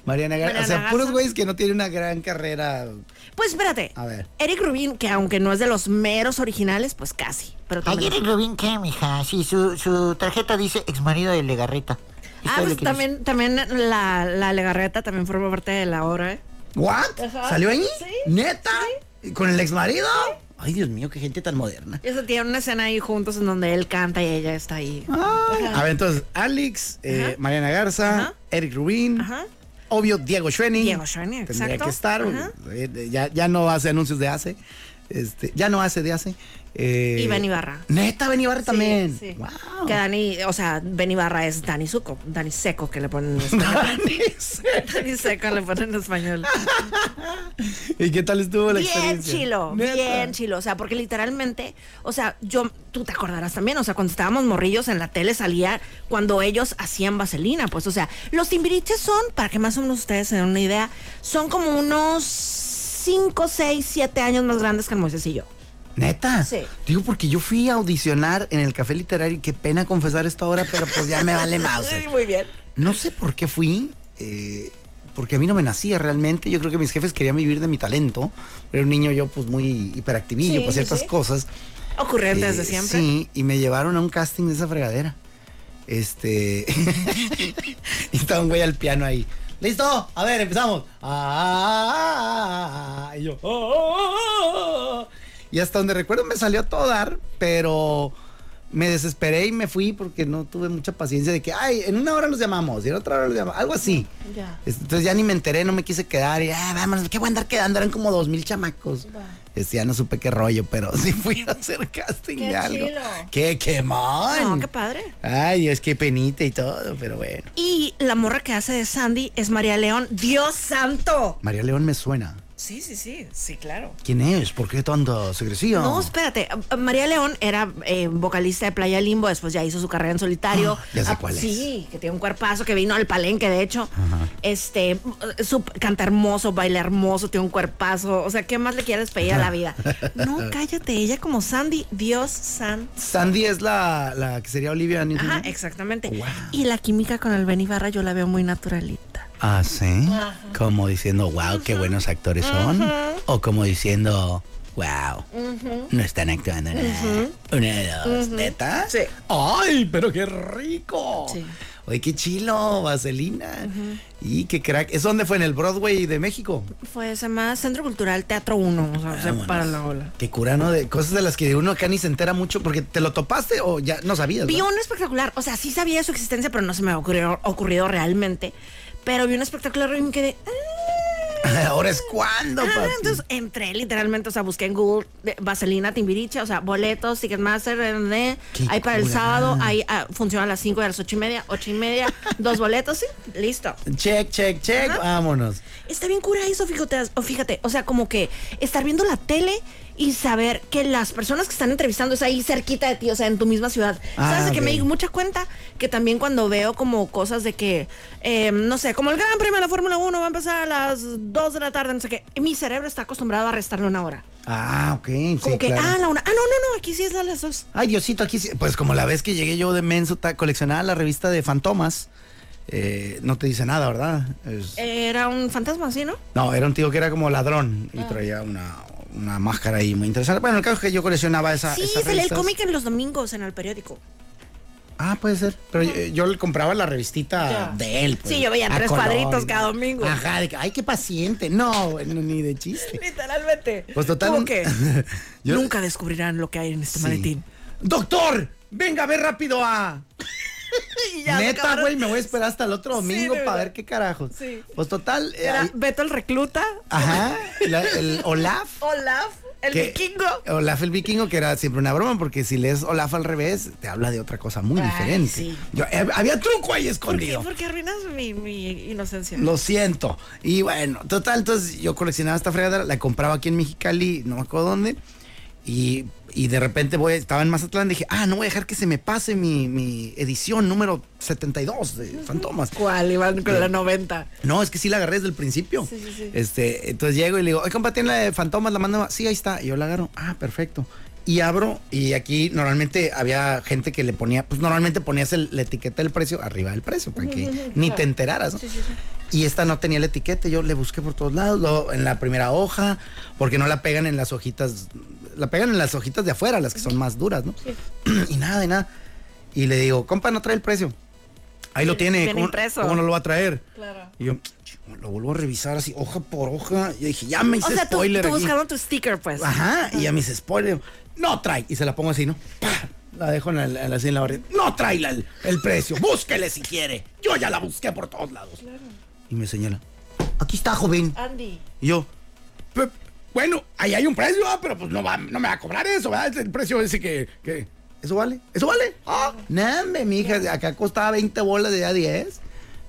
Mariana Garza. O sea,
Mariana
puros
Garza.
güeyes que no tienen una gran carrera.
Pues espérate.
A ver.
Eric Rubin, que aunque no es de los meros originales, pues casi. Pero
Ay,
también.
Eric Rubin, ¿qué, mija? Sí, su, su tarjeta dice ex marido de Legarreta. Es
Ah,
todo lo
pues
que
también, también la, la Legarreta también forma parte de la obra, ¿eh?
¿What?
Ajá.
¿Salió ahí?
Sí.
¿Neta? ¿Con el ex marido? Ay, Dios mío, qué gente tan moderna.
Eso tiene una escena ahí juntos en donde él canta y ella está ahí.
Ah,
Ay. A ver, entonces, Alex, eh, Mariana Garza,
Ajá.
Eric Rubin.
Ajá.
Obvio, Diego Schwenning.
Diego Schwenning,
Tendría
exacto.
que estar.
Ajá.
eh, Ya, ya no hace anuncios de hace. Este, ya no hace de hace. eh,
Y Ben Ibarra.
Neta, Ben Ibarra también.
Sí, sí.
Wow.
Que Dani, o sea, Ben Ibarra es Dani Suco, Dani Seco que le ponen en español.
Dani, sí.
Dani Seco le ponen en español.
¿Y qué tal estuvo la
Bien
experiencia?
chilo,
Neta.
bien chilo. O sea, porque literalmente, o sea, yo, tú te acordarás también, o sea, cuando estábamos morrillos en la tele salía cuando ellos hacían vaselina, pues, o sea, los timbiriches son, para que más o menos ustedes se den una idea, son como unos 5, 6, 7 años más grandes que el Moisés y yo.
Neta.
Sí.
Digo, porque yo fui a audicionar en el Café Literario y qué pena confesar esto ahora, pero pues ya me vale más.
Muy bien.
No sé por qué fui, eh, porque a mí no me nacía realmente. Yo creo que mis jefes querían vivir de mi talento. Era un niño yo, pues muy
Sí,
hiperactivillo, por
sí,
ciertas
sí.
cosas.
Ocurrente
Eh,
desde siempre.
Sí, y me llevaron a un casting de esa fregadera. Este. y estaba un güey al piano ahí. ¡Listo! A ver, empezamos. Ah, ah, ah, ah, ah. Y yo. "Oh, oh, oh, oh". Y hasta donde recuerdo me salió a todo dar, pero me desesperé y me fui porque no tuve mucha paciencia de que, ay, en una hora los llamamos y en otra hora los llamamos. Algo así.
Ya.
Este, Entonces ya ni me enteré, no me quise quedar. Y, ah, vámonos, ¿qué voy a andar quedando? Eran como dos mil chamacos. Este, ya no supe qué rollo, pero sí fui a hacer casting
Qué
de algo.
chilo.
¡Qué quemón!
No, qué padre.
Ay, es que penita y todo, pero bueno.
Y la morra que hace de Sandy es María León. ¡Dios santo!
María León me suena.
Sí, sí, sí, sí, claro.
¿Quién es? ¿Por qué tanto secreción?
No, espérate. a- a María León era eh, vocalista de Playa Limbo, después ya hizo su carrera en solitario.
Ah, ya sé
Ah,
cuál es.
Sí, que tiene un cuerpazo, que vino al palenque, de hecho. Este, mm, su- canta hermoso, baila hermoso, tiene un cuerpazo. O sea, ¿qué más le quieres pedir a la vida? No, cállate, ella como Sandy, Dios santo.
Sandy es la, la que sería Olivia Newton.
Ajá, exactamente.
Wow.
Y la química con el Ben Ibarra yo la veo muy naturalita.
Ah, sí. Como diciendo, wow, qué buenos actores son. O como diciendo, wow, no están actuando nada. Una de dos, ¿neta?
Sí.
¡Ay, pero qué rico!
Sí.
Oye, qué chilo, Vaselina. Y qué crack. ¿Es dónde fue? ¿En el Broadway de México?
Fue, se llama Centro Cultural Teatro 1, o sea, se
Ah, Vámonos.
para la ola.
Qué curano de cosas de las que uno acá ni se entera mucho porque te lo topaste o ya no sabías.
Vi
¿verdad?
un espectacular, o sea, sí sabía de su existencia, pero no se me ocurrió, ocurrido realmente. Pero vi un espectacular y me quedé. "Ah".
Ahora es cuando,
Ah,
papi.
entonces entré literalmente, o sea, busqué en Google de- Vaselina Timbiriche, o sea, boletos, Ticketmaster, eh,
Qué
ahí para el
cura.
sábado, ahí ah, funciona a las 5 y a las 8 y media, 8 y media, dos boletos, sí, listo.
Check, check, check. Vámonos.
Está bien cura eso, fíjate, o fíjate, o sea, como que estar viendo la tele y saber que las personas que están entrevistando es ahí cerquita de ti, o sea, en tu misma ciudad.
Ah,
¿Sabes? de Que me
ok.
di mucha cuenta que también cuando veo como cosas de que, eh, no sé, como el Gran Premio de la Fórmula 1 va a empezar a las 2 de la tarde, no sé qué, mi cerebro está acostumbrado a restarle una hora.
Ah, ok. Sí,
Como que,
claro.
ah, la una, ah, no, no, no, aquí sí es a las 2.
Ay, Diosito, aquí sí- Pues como la vez que llegué yo de menso, ta- coleccionaba la revista de Fantomas. eh, no te dice nada, ¿verdad? Es-
Era un fantasma, ¿sí, no?
No, era un tío que era como ladrón
Ah.
y traía una, una máscara ahí muy interesante. Bueno, el caso es que yo coleccionaba esa.
sí,
esas
se lee el
revistas.
cómic en los domingos en el periódico.
Ah, puede ser. Pero yo, yo le compraba la revistita
Ya.
de él. pues,
Sí, yo veía
a
tres
color,
cuadritos
¿no?
cada domingo.
Ajá, de que, ay, qué paciente. No, bueno, ni de chiste.
Literalmente.
Pues total.
Como que
yo-
nunca descubrirán lo que hay en este
sí.
maletín.
¡Doctor! ¡Venga, ve rápido a.
Y ya,
Neta,
cabrón.
güey, me voy a esperar hasta el otro domingo
de
para
verdad.
ver qué carajos.
Sí.
Pues total. eh,
Era
ahí-
Beto el recluta,
ajá. la- el Olaf.
Olaf, el
que-
vikingo.
Olaf el vikingo, que era siempre una broma, porque si lees Olaf al revés, te habla de otra cosa muy
Ay,
diferente.
sí.
Yo- eh, había truco
¿Por
ahí
qué,
escondido.
por qué arruinas mi, mi inocencia?
Lo siento. Y bueno, total, entonces yo coleccionaba esta fregadera, la compraba aquí en Mexicali, no me acuerdo dónde. Y, y de repente voy, estaba en Mazatlán, dije, ah, no voy a dejar que se me pase mi, mi edición número 72 de Fantomas.
¿Cuál? Iban con
Sí.
la 90.
No, es que sí la agarré desde el principio.
Sí, sí, sí.
Este, entonces llego y le digo, oye, compa, tiene la de Fantomas, la manda. Sí, ahí está. Y yo la agarro. Ah, perfecto. Y abro, y aquí normalmente había gente que le ponía, pues normalmente ponías el- la etiqueta del precio arriba del precio, para que ni te enteraras, ¿no? Y esta no tenía la etiqueta, yo le busqué por todos lados, luego en la primera hoja, porque no la pegan en las hojitas, la pegan en las hojitas de afuera, las que son más duras, ¿no? Y nada, de nada. Y le digo, compa, no trae el precio. Ahí lo tiene,
viene
¿cómo-
impreso.
¿cómo no lo va a traer? Y yo lo vuelvo a revisar así, hoja por hoja. Y dije, ya me
O
hice
sea, tú,
spoiler.
tú
aquí. Ah.
buscaron tu sticker, pues.
Ajá, y ya me hice spoiler. No trae. Y se la pongo así, ¿no? ¡Pah! La dejo en la, en la- así en la barriga. No trae la- el, el precio. Búsquele si quiere. Yo ya la busqué por todos lados. Y me señala. Aquí está, joven.
Andy.
Y yo, "Pe- bueno,
ahí hay un precio, ah, pero pues no, va, no me va a cobrar eso, ¿verdad? El precio ese que, que-
¿Eso vale? ¿Eso vale? Ah, nada, hombre, mija, acá costaba 20 bolas de a 10.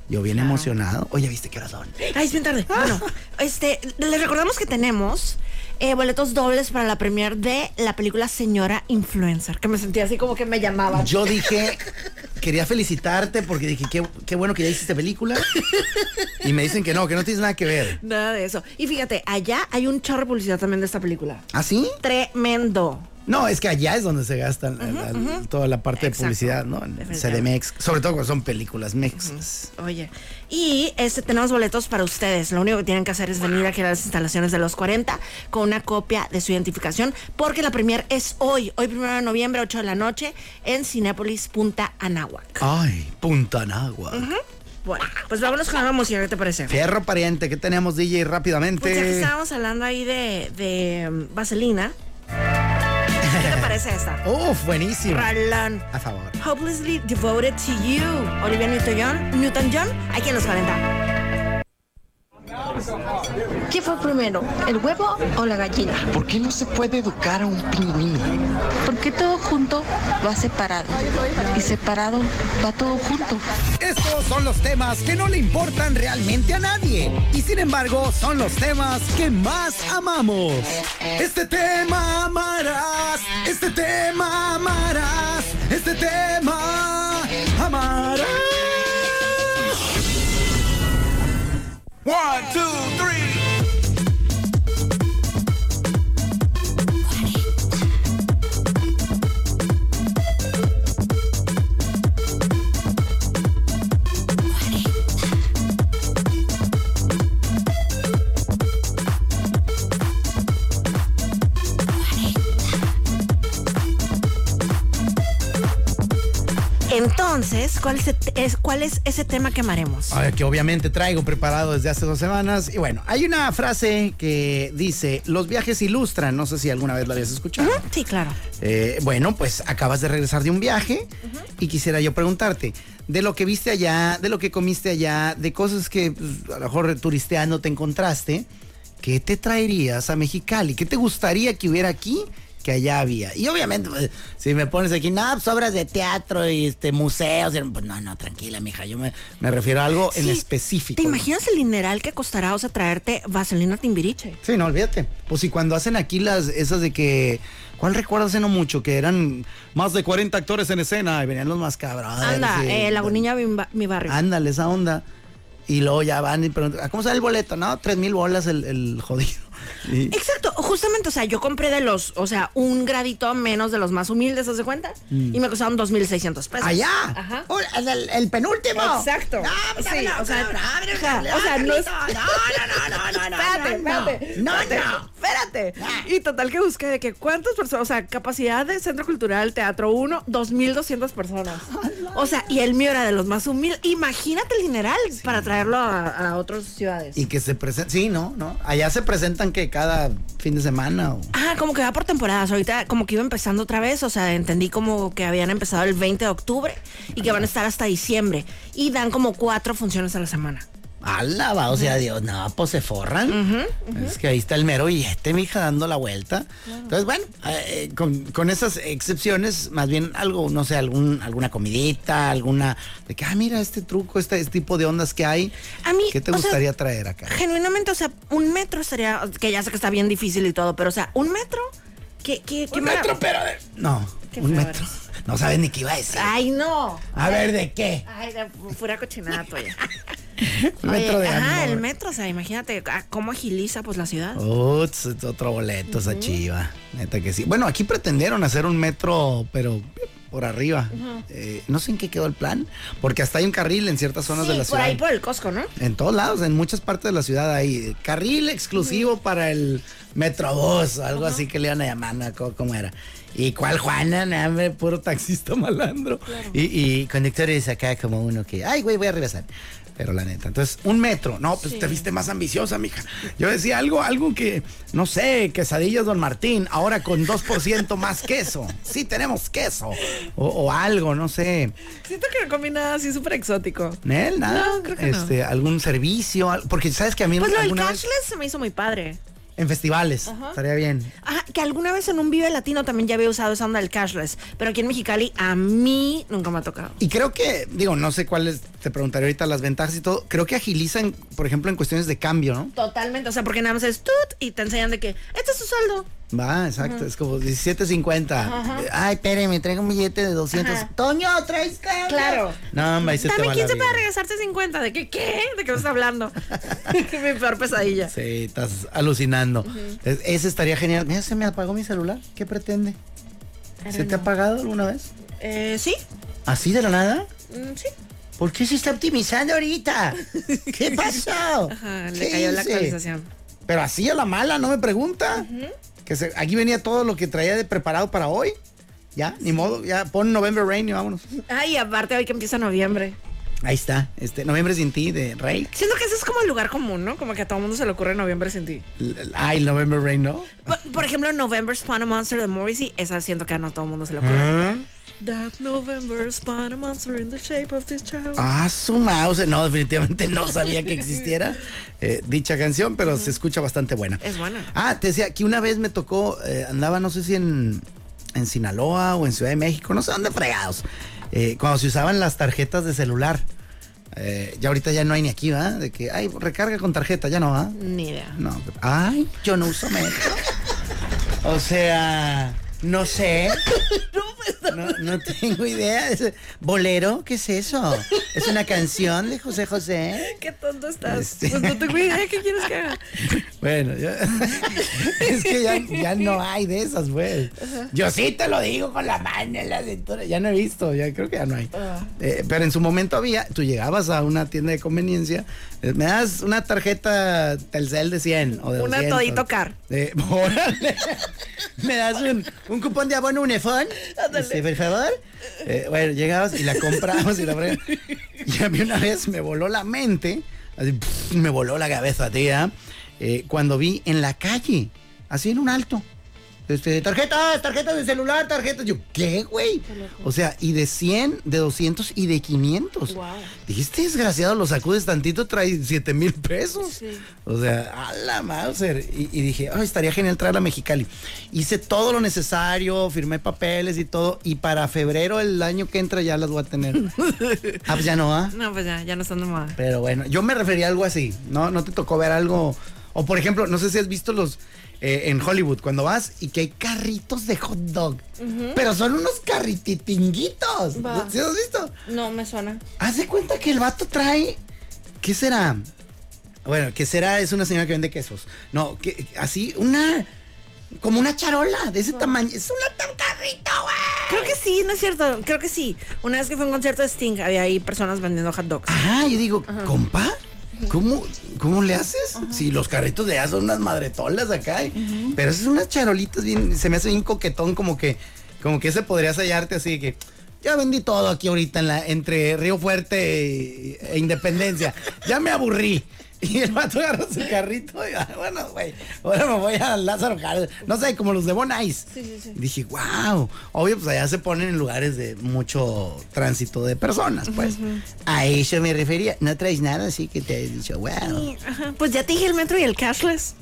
Yo bien emocionado. Oye, ¿viste qué horas son?
Ay, es bien tarde.
Ah.
Bueno, este, les recordamos que tenemos eh, boletos dobles para la premier de la película Señora Influencer, que me sentía así como que me llamaban.
Yo dije, quería felicitarte porque dije, qué, qué bueno que ya hiciste película. Y me dicen que no, que no tienes nada que ver.
Nada de eso. Y fíjate, allá hay un chorro de publicidad también de esta película.
¿Ah, sí?
Tremendo.
No, es que allá es donde se gasta la- la- toda la parte
Exacto.
de publicidad, ¿no? En CDMX. Sobre todo cuando son películas mexas.
Oye, y este tenemos boletos para ustedes. Lo único que tienen que hacer es venir aquí a las instalaciones de los 40 con una copia de su identificación, porque la premier es hoy, hoy primero de noviembre, 8 de la noche, en Cinépolis, Punta Anáhuac.
Ay, Punta Nagua.
Bueno, pues vámonos con la música, ¿qué te parece?
Fierro pariente, ¿qué tenemos, DJ?
Pues ya que
Rápidamente.
estábamos hablando ahí de, de mm, vaselina. ¿Qué te parece esta?
Uf, buenísimo.
Ralón.
A favor.
Hopelessly devoted to you. Olivia Newton-John, Newton-John, aquí en los 40.
¿Qué fue primero, el huevo o la gallina?
¿Por qué no se puede educar a un pingüino?
Porque todo junto va separado y separado va todo junto.
Estos son los temas que no le importan realmente a nadie. Y sin embargo, son los temas que más amamos. Este tema amarás. Este tema amarás. Este tema amarás.
One, two, three.
Entonces, ¿cuál es, es- cuál es ese tema que amaremos?
A ver, que obviamente traigo preparado desde hace dos semanas. Y bueno, hay una frase que dice, los viajes ilustran. No sé si alguna vez la habías escuchado.
Sí, claro.
Eh, bueno, pues acabas de regresar de un viaje y quisiera yo preguntarte, de lo que viste allá, de lo que comiste allá, de cosas que pues, a lo mejor turisteando te encontraste, ¿qué te traerías a Mexicali? ¿Qué te gustaría que hubiera aquí? que allá había. Y obviamente, pues, si me pones aquí, no, pues, obras de teatro y este museos, y- pues, no, no, tranquila, mija, yo me, me refiero a algo en
Sí.
específico.
¿Te imaginas el dineral que costará, o sea, traerte vaselina timbiriche?
Sí, no, olvídate. Pues si cuando hacen aquí las esas de que. ¿Cuál recuerdo hace no mucho? Que eran más de 40 actores en escena y venían los más cabrones.
Anda,
y-
eh, Lagunilla, mi, ba- mi barrio.
Ándale, esa onda. Y luego ya van y preguntan, "¿Ah, ¿cómo sale el boleto? No, tres mil bolas el, el jodido. Y-
Exacto, justamente, o sea, yo compré de los, o sea, un gradito menos de los más humildes, ¿se cuenta? Y me costaron 2.600 pesos.
¡Allá!
Ajá.
Oh, el, el- el penúltimo!
Exacto.
No,
Sí,
no,
o sea,
cabrón, ábrelo,
ajá, o sea, no es-
ábrelo. No, no, no, no, no, no.
Espérate,
no, no.
espérate.
No,
espérate,
no.
Espérate. Y total que busqué de que cuántas personas, o sea, capacidad de Centro Cultural Teatro 1, 2200 personas. O sea, y el mío era de los más humildes. Imagínate el dineral para traerlo a, a otras ciudades.
Y que se presentan. Sí, no, no. Allá se presentan que cada fin de semana o.
Ah, como que va por temporadas. Ahorita como que iba empezando otra vez. O sea, entendí como que habían empezado el 20 de octubre y que van a estar hasta diciembre. Y dan como cuatro funciones a la semana.
Alabado sea Dios, no, pues se forran. Es que ahí está el mero billete, mija, dando la vuelta. Entonces, bueno, eh, eh, con, con esas excepciones, más bien algo, no sé, algún, alguna comidita, alguna. De que, ah, mira este truco, este, este tipo de ondas que hay.
A mí,
¿Qué te
o sea,
gustaría traer acá?
Genuinamente, o sea, un metro estaría, que ya sé que está bien difícil y todo, pero o sea, un metro, ¿qué, qué, qué
Un
mara-
metro, pero de-
No,
Qué
un
feo
metro. No sabes ni qué iba a decir.
Ay, no.
A ver, ¿de qué?
Ay, de pura cochinada tuya.
Un metro
Oye,
de
ajá,
amor. Oh,
el metro, o sea, imagínate ah, cómo agiliza pues la ciudad.
Uts, es otro boleto esa chiva. Neta que sí. Bueno, aquí pretendieron hacer un metro, pero por arriba. Eh, no sé en qué quedó el plan, porque hasta hay un carril en ciertas zonas
Sí,
de la
por
ciudad.
ahí por el Costco, ¿no?
En todos lados, en muchas partes de la ciudad hay carril exclusivo para el Metrobús, algo así que le iban a llamar, ¿no? ¿Cómo, cómo era? ¿Y cuál Juana? No, hombre, puro taxista malandro. Y, y conductores acá como uno que, ay, güey, voy a regresar. Pero la neta, entonces, un metro, no, pues te viste más ambiciosa, mija. Yo decía algo, algo que, no sé, quesadillas Don Martín, ahora con 2% más queso. Sí, tenemos queso. O, o algo, no sé.
Siento que no comí nada así súper exótico.
Nel, nada.
No, creo que no.
este, algún servicio, al- porque sabes que a mí
Pues lo del
alguna vez-
cashless se me hizo muy padre.
En festivales. Estaría bien.
Ajá, que alguna vez en un Vive Latino también ya había usado esa onda del cashless, pero aquí en Mexicali a mí nunca me ha tocado.
Y creo que, digo, no sé cuáles, te preguntaré ahorita las ventajas y todo. Creo que agilizan, por ejemplo, en cuestiones de cambio, ¿no?
Totalmente, o sea, porque nada más es tut y te enseñan de que este es tu sueldo.
Va, exacto. Es como 17.50. Eh, Ay, espéreme, traigo un billete de 200.
Ajá.
Toño, traes cambio.
Claro.
No, hombre, ahí se te
Dame
va la
15
vida.
para regresarte 50. ¿De qué? ¿Qué? ¿De qué me estás hablando? Mi peor pesadilla.
Sí, estás alucinando. Es- Ese estaría genial. Mira, se me apagó mi celular. ¿Qué pretende? ¿Se te ha apagado alguna vez?
Eh, ¿Sí?
¿Así de la nada?
Mm, Sí.
¿Por qué se está optimizando ahorita? ¿Qué pasó?
Ajá,
¿Qué
le cayó la
hice?
actualización.
Pero así a la mala, no me pregunta. que se- aquí venía todo lo que traía de preparado para hoy. Ya, ni modo, ya pon November Rain y vámonos.
Ay, aparte hoy que empieza noviembre.
Ahí está, este Noviembre sin ti de Rey.
Siento que ese es como el lugar común, ¿no? Como que a todo mundo se le ocurre noviembre sin ti.
Ay, el November Rain, ¿no?
Por, por ejemplo, November Spawn a Monster de Morrissey, esa siento que a no todo mundo se le ocurre.
¿Ah?
That November Spawn a Monster in the shape of this child.
Ah, su mouse. No, definitivamente no sabía que existiera eh, dicha canción, pero se escucha bastante buena.
Es buena.
Ah, te decía que una vez me tocó, eh, andaba no sé si en, en Sinaloa o en Ciudad de México, no sé dónde fregados, eh, cuando se usaban las tarjetas de celular. Eh, ya ahorita ya no hay ni aquí, ¿verdad? De que, ay, recarga con tarjeta, ya no, ¿verdad?
Ni idea.
No, ay, yo no uso metro. o sea, no sé.
pues,
No, no tengo idea. Es- ¿Bolero? ¿Qué es eso? ¿Es una canción de José José?
Qué tonto estás.
Este.
Pues no tengo idea qué quieres que haga.
Bueno, yo- es que ya, ya no hay de esas, pues. Yo sí te lo digo con la mano en la cintura. Ya no he visto, ya creo que ya no hay.
Ah.
Eh, pero en su momento había, tú llegabas a una tienda de conveniencia, eh, me das una tarjeta Telcel de 100 o de
Una
200.
Todito Car.
Eh, órale. me das un, un cupón de abono Unifón. Este, por favor. Eh, bueno, llegabas y la compramos y la fregada. Y a mí una vez me voló la mente, así, pf, me voló la cabeza, tía, eh, cuando vi en la calle, así en un alto. Este, tarjetas, tarjetas de celular, tarjetas. Yo, ¿qué, güey? O sea, y de 100, de 200 y de 500. Dijiste, desgraciado, lo sacudes tantito, trae 7 mil pesos. O sea, a la Mauser. Y, y dije, ay, estaría genial traerla a Mexicali. Hice todo lo necesario, firmé papeles y todo. Y para febrero, el año que entra, ya las voy a tener. ah, pues ya no, ¿ah?
No, pues ya, ya no están de moda.
Pero bueno, yo me refería a algo así. No, no te tocó ver algo. O por ejemplo, no sé si has visto los eh, en Hollywood cuando vas y que hay carritos de hot dog. Pero son unos carrititinguitos.
Va.
¿Sí los has visto?
No, me suena.
Haz de cuenta que el vato trae. ¿Qué será? Bueno, ¿qué será? Es una señora que vende quesos. No, que así, una. Como una charola de ese tamaño. Es una tan carrito, güey.
Creo que sí, no es cierto. Creo que sí. Una vez que fue a un concierto de Sting, había ahí personas vendiendo hot dogs.
Ajá, yo digo, compa, ¿cómo, cómo le haces? Si los carritos de allá son unas madretolas acá, y- pero esas son unas charolitas bien, se me hace bien coquetón, como que, como que ese podrías hallarte así de que. Ya vendí todo aquí ahorita en la, entre Río Fuerte e, e Independencia. Ya me aburrí. Y el vato agarró su carrito y ah, bueno, güey, ahora me voy a Lázaro Cárdenas. No sé, como los de Bon Ice. Dije, wow. Obvio, pues allá se ponen en lugares de mucho tránsito de personas, pues. A eso me refería. No traes nada, así que te he dicho, wow.
Ajá, Pues ya te dije el metro y el cashless.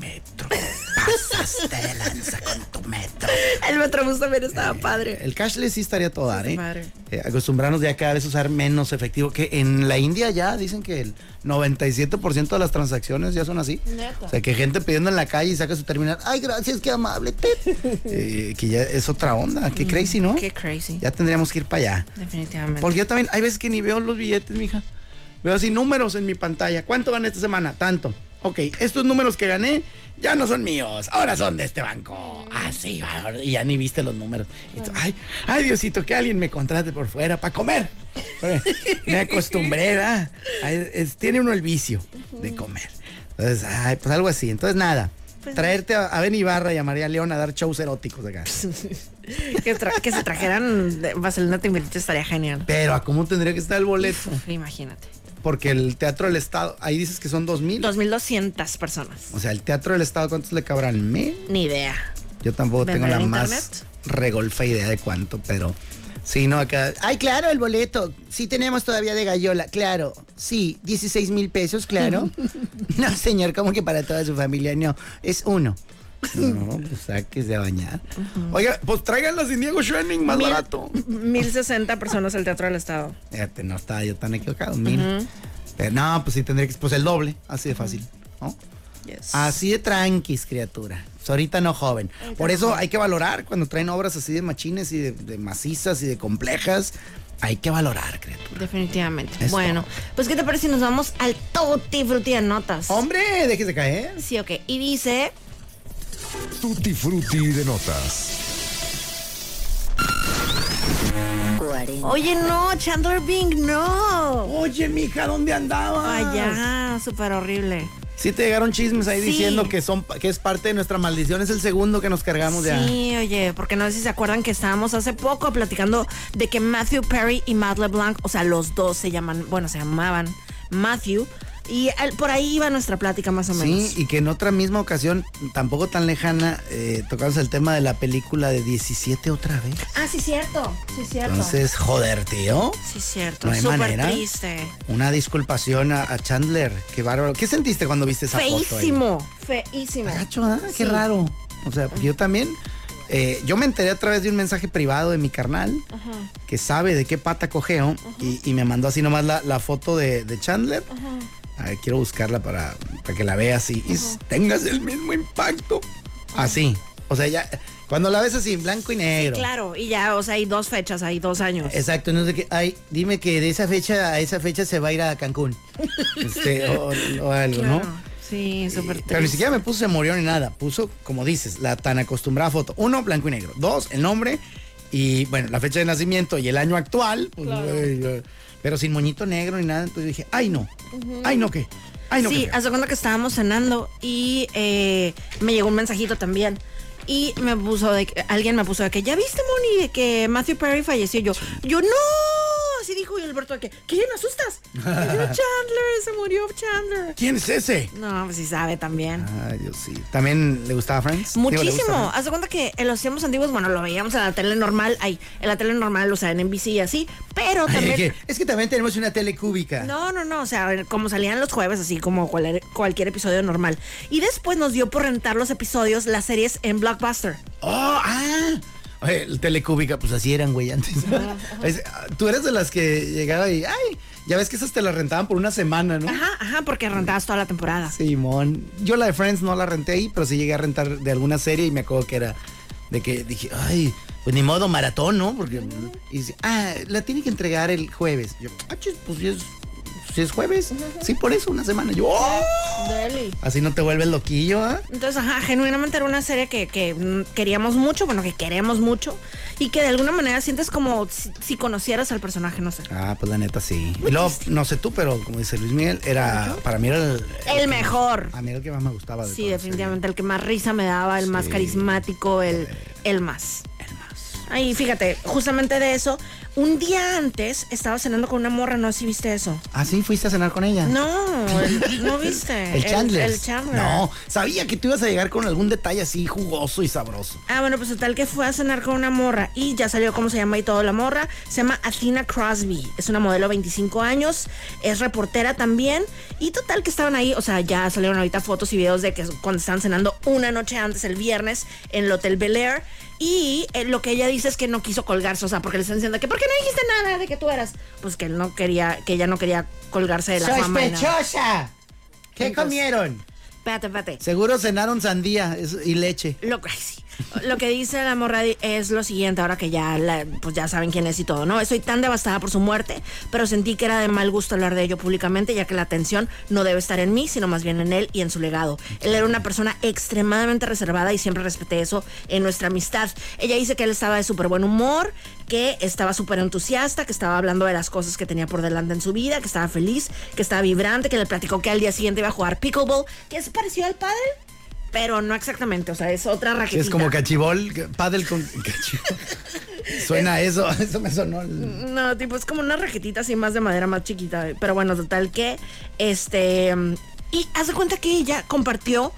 Metro. Pasaste de lanza con tu metro.
El metrobús también estaba padre.
El cashless sí estaría todo dar,
Sí,
¿eh?
madre.
Eh, Acostumbrarnos ya cada vez a usar menos efectivo. Que en la India ya dicen que el 97% de las transacciones ya son así. O sea, que gente pidiendo en la calle y saca su terminal. Ay, gracias, qué amable. tit". Eh, que ya es otra onda. Qué crazy, ¿no?
Qué crazy.
Ya tendríamos que ir para allá.
Definitivamente.
Porque yo también, hay veces que ni veo los billetes, mija. Veo así números en mi pantalla. ¿Cuánto gané esta semana? Tanto. Ok, estos números que gané ya no son míos. Ahora son de este banco. Así, va, y ya ni viste los números. Y tú, ay, ay, Diosito, que alguien me contrate por fuera para comer. Me acostumbré, ¿verdad? Ay, es- Tiene uno el vicio de comer. Entonces, ay, pues algo así. Entonces, nada. Traerte a, a Ben Ibarra y a María León a dar shows eróticos acá.
Que, tra- que se trajeran de- vaselina Timbiriche estaría genial.
Pero, ¿a cómo tendría que estar el boleto?
Imagínate.
Porque el Teatro del Estado, ahí dices que son dos mil.
2.200 personas.
O sea, el Teatro del Estado, ¿cuántos le cabrán? ¿Mil?
Ni idea.
Yo tampoco tengo
¿Vendrá
la
en
más
internet?
regolfa idea de cuánto, pero Sí, no, acá. Ay, claro, el boleto. Sí tenemos todavía de gallola, claro. Sí, 16 mil pesos, claro. no, señor, como que para toda su familia, no. Es uno. No, pues sáquese a bañar.
Oiga, pues tráiganla sin Diego Schoening, más
Mil-
barato.
1060 personas al Teatro del Estado.
Fíjate, no estaba yo tan equivocado, mil. Pero no, pues sí tendría que, pues el doble, así de fácil, ¿no?
Yes.
Así de tranquis, criatura. Pues, ahorita no joven. Por eso hay que valorar cuando traen obras así de machines y de, de macizas y de complejas. Hay que valorar, criatura.
Definitivamente.
Es
Bueno, pues ¿qué te parece si nos vamos al Tutti Frutti de notas?
Hombre, déjese caer.
Sí, ok. Y dice...
Tutti Frutti de notas.
Oye, no, Chandler Bing, no.
Oye, mija, ¿dónde andaba?
Vaya, súper horrible.
Sí te llegaron chismes ahí
Ah, Sí.
diciendo que son que es parte de nuestra maldición, es el segundo que nos cargamos de
Sí, oye, porque no sé si se acuerdan que estábamos hace poco platicando de que Matthew Perry y Matt LeBlanc, o sea, los dos se llaman, bueno, se llamaban Matthew, y al- por ahí iba nuestra plática más o
Sí,
menos.
y que en otra misma ocasión, tampoco tan lejana, eh, tocamos el tema de la película de 17 otra vez.
Ah, sí, cierto, sí, cierto.
Entonces, joder, tío.
sí, cierto,
no hay
súper
manera.
triste.
Una disculpación a, a Chandler. Qué bárbaro. ¿Qué sentiste cuando viste esa foto? ahí?
Feísimo, feísimo.
Está gacho, ¿verdad? Qué
Sí.
raro. O sea, yo también. eh, yo me enteré a través de un mensaje privado de mi carnal que sabe de qué pata cojeo y, y me mandó así nomás la, la foto de, de Chandler. A ver, quiero buscarla para, para que la veas y, y tengas el mismo impacto. Así. O sea, ya cuando la ves así en blanco y negro.
Claro, y ya, o sea, hay dos fechas, hay dos años.
Exacto, no sé qué. Ay, dime que de esa fecha a esa fecha se va a ir a Cancún. Este, o, o algo,
Claro,
¿no?
Sí, súper
Eh,
triste.
Pero ni siquiera me puso se murió ni nada. Puso, como dices, la tan acostumbrada foto. Uno, blanco y negro. Dos, el nombre. Y bueno, la fecha de nacimiento y el año actual. pues, güey, güey. pero sin moñito negro ni nada. Entonces dije, ay no. Ay no qué. Ay no
sí,
qué. feo".
hace cuenta que estábamos cenando y eh, me llegó un mensajito también. Y me puso de que, alguien me puso de que, ¿ya viste, Moni, de que Matthew Perry falleció? Y Yo, yo no. Así dijo y Alberto de que, ¿qué? ¿Me asustas? Y yo, Chandler, se murió Chandler.
¿Quién es ese?
No, pues sí sabe también.
Ay, Dios sí. ¿También le gustaba Friends? Ah, Digo, ¿le gusta
Muchísimo. Ah,
Friends?
Haz de cuenta que en los tiempos antiguos, bueno, lo veíamos en la tele normal, ahí, en la tele normal, o sea, en NBC y así, pero
Ay,
también...
es, que, es que también tenemos una tele cúbica.
No, no, no, o sea, como salían los jueves, así como cual- cualquier episodio normal. Y después nos dio por rentar los episodios, las series en Blockbuster.
Oh, ah. Oye, el telecúbica, pues así eran, güey, antes. Es- Tú eres de las que llegaba y, ay, ya ves que esas te las rentaban por una semana, ¿no?
Ajá, ajá, porque rentabas toda la temporada.
Simón. Yo la de Friends no la renté ahí, pero sí llegué a rentar de alguna serie y me acuerdo que era de que dije, ay, pues ni modo maratón, ¿no? Porque. Y dice, ah, la tiene que entregar el jueves. Yo, ah, chis, pues si es, si es jueves. Sí, por eso, una semana. Yo, "Oh". Así no te vuelves loquillo, ¿ah?
Entonces, ajá, genuinamente era una serie que, que, mm, queríamos mucho, bueno, que queremos mucho, y que de alguna manera sientes como si, si conocieras al personaje, no sé.
Ah, pues la neta sí. Y luego, no sé tú, pero como dice Luis Miguel, era para mí era el,
El mejor.
A mí era el que más me gustaba. de
Sí,
toda la
definitivamente, el que más risa me daba, el más
Sí.
carismático, el, el más. Ahí, fíjate, justamente de eso, un día antes estaba cenando con una morra, no sé si viste eso.
serie. Ah, sí, fuiste a cenar con ella.
No, el- no viste.
El Chandler.
El, Chandler.
No, sabía que tú ibas a llegar con algún detalle así jugoso y sabroso.
Ah, bueno, pues total que fue a cenar con una morra y ya salió cómo se llama y todo la morra. Se llama Athena Crosby. Es una modelo 25 años, es reportera también. Y total que estaban ahí, o sea, ya salieron ahorita fotos y videos de que cuando estaban cenando una noche antes, el viernes, en el Hotel Bel Air. Y eh, lo que ella dice es que no quiso colgarse, o sea, porque le están diciendo que, ¿por qué no dijiste nada de que tú eras? Pues que él no quería, que ella no quería colgarse de la fama. y nada.
¡Sospechosa! ¿Qué
Entonces-
comieron?
Espérate, espérate.
Seguro cenaron sandía es- y leche.
Lo que, ay, sí. Lo que dice la morra di- es lo siguiente, ahora que ya, la- pues ya saben quién es y todo, ¿no? Estoy tan devastada por su muerte, pero sentí que era de mal gusto hablar de ello públicamente, ya que la atención no debe estar en mí, sino más bien en él y en su legado. Él era una persona extremadamente reservada y siempre respeté eso en nuestra amistad. Ella dice que él estaba de súper buen humor, que estaba súper entusiasta, que estaba hablando de las cosas que tenía por delante en su vida, que estaba feliz, que estaba vibrante, que le platicó que al día siguiente iba a jugar pickleball, que es parecido al padre. Pero no exactamente, o sea, es otra raquetita.
Es como cachibol, que- pádel con cachibol. Suena a eso, eso me sonó. el-
No, tipo, es como una raquetita así más de madera más chiquita. Pero bueno, total que, este... mm, Y haz de cuenta que ella compartió...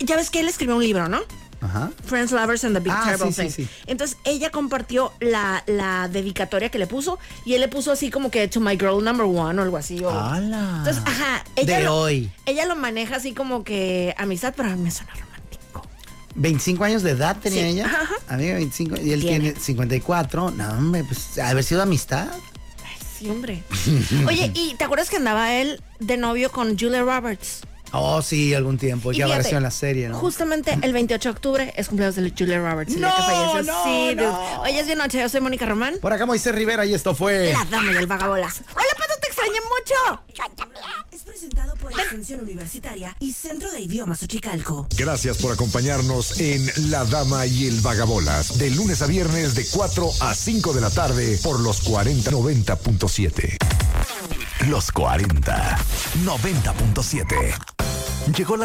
Ya ves que él escribió un libro, ¿no?
Ajá.
Friends, Lovers and the Big
Ah,
Terrible
sí, sí,
Thing.
sí.
Entonces ella compartió la, la dedicatoria que le puso y él le puso así como que to my girl number one o algo así. o-
¡Hala!
Entonces, ajá, ella,
De
lo,
hoy.
ella lo maneja así como que amistad, pero a mí me suena romántico.
25 años de edad tenía
Sí,
ella.
ajá.
Amiga, 25. Y él
Tiene.
tiene, 54. No, hombre, pues haber sido amistad.
Ay, sí, hombre. Oye, ¿y te acuerdas que andaba él de novio con Julia Roberts?
Oh, sí, algún tiempo.
Y
ya
fíjate,
apareció en la serie, ¿no?
Justamente el 28 de octubre es cumpleaños de Julia Roberts. el día
No,
que falleció.
no,
sí, dude.
no.
Hoy es bien noche, yo soy Mónica Román.
Por acá Moisés Rivera y esto fue.
La dama del vagabolas. Hola, Pato, te extrañé mucho.
Es presentado por Extensión Universitaria y Centro de Idiomas Uchicalco.
Gracias por acompañarnos en La Dama y el Vagabolas, de lunes a viernes de 4 a 5 de la tarde por los 4090.7.
Los 40 90.7. Llegó la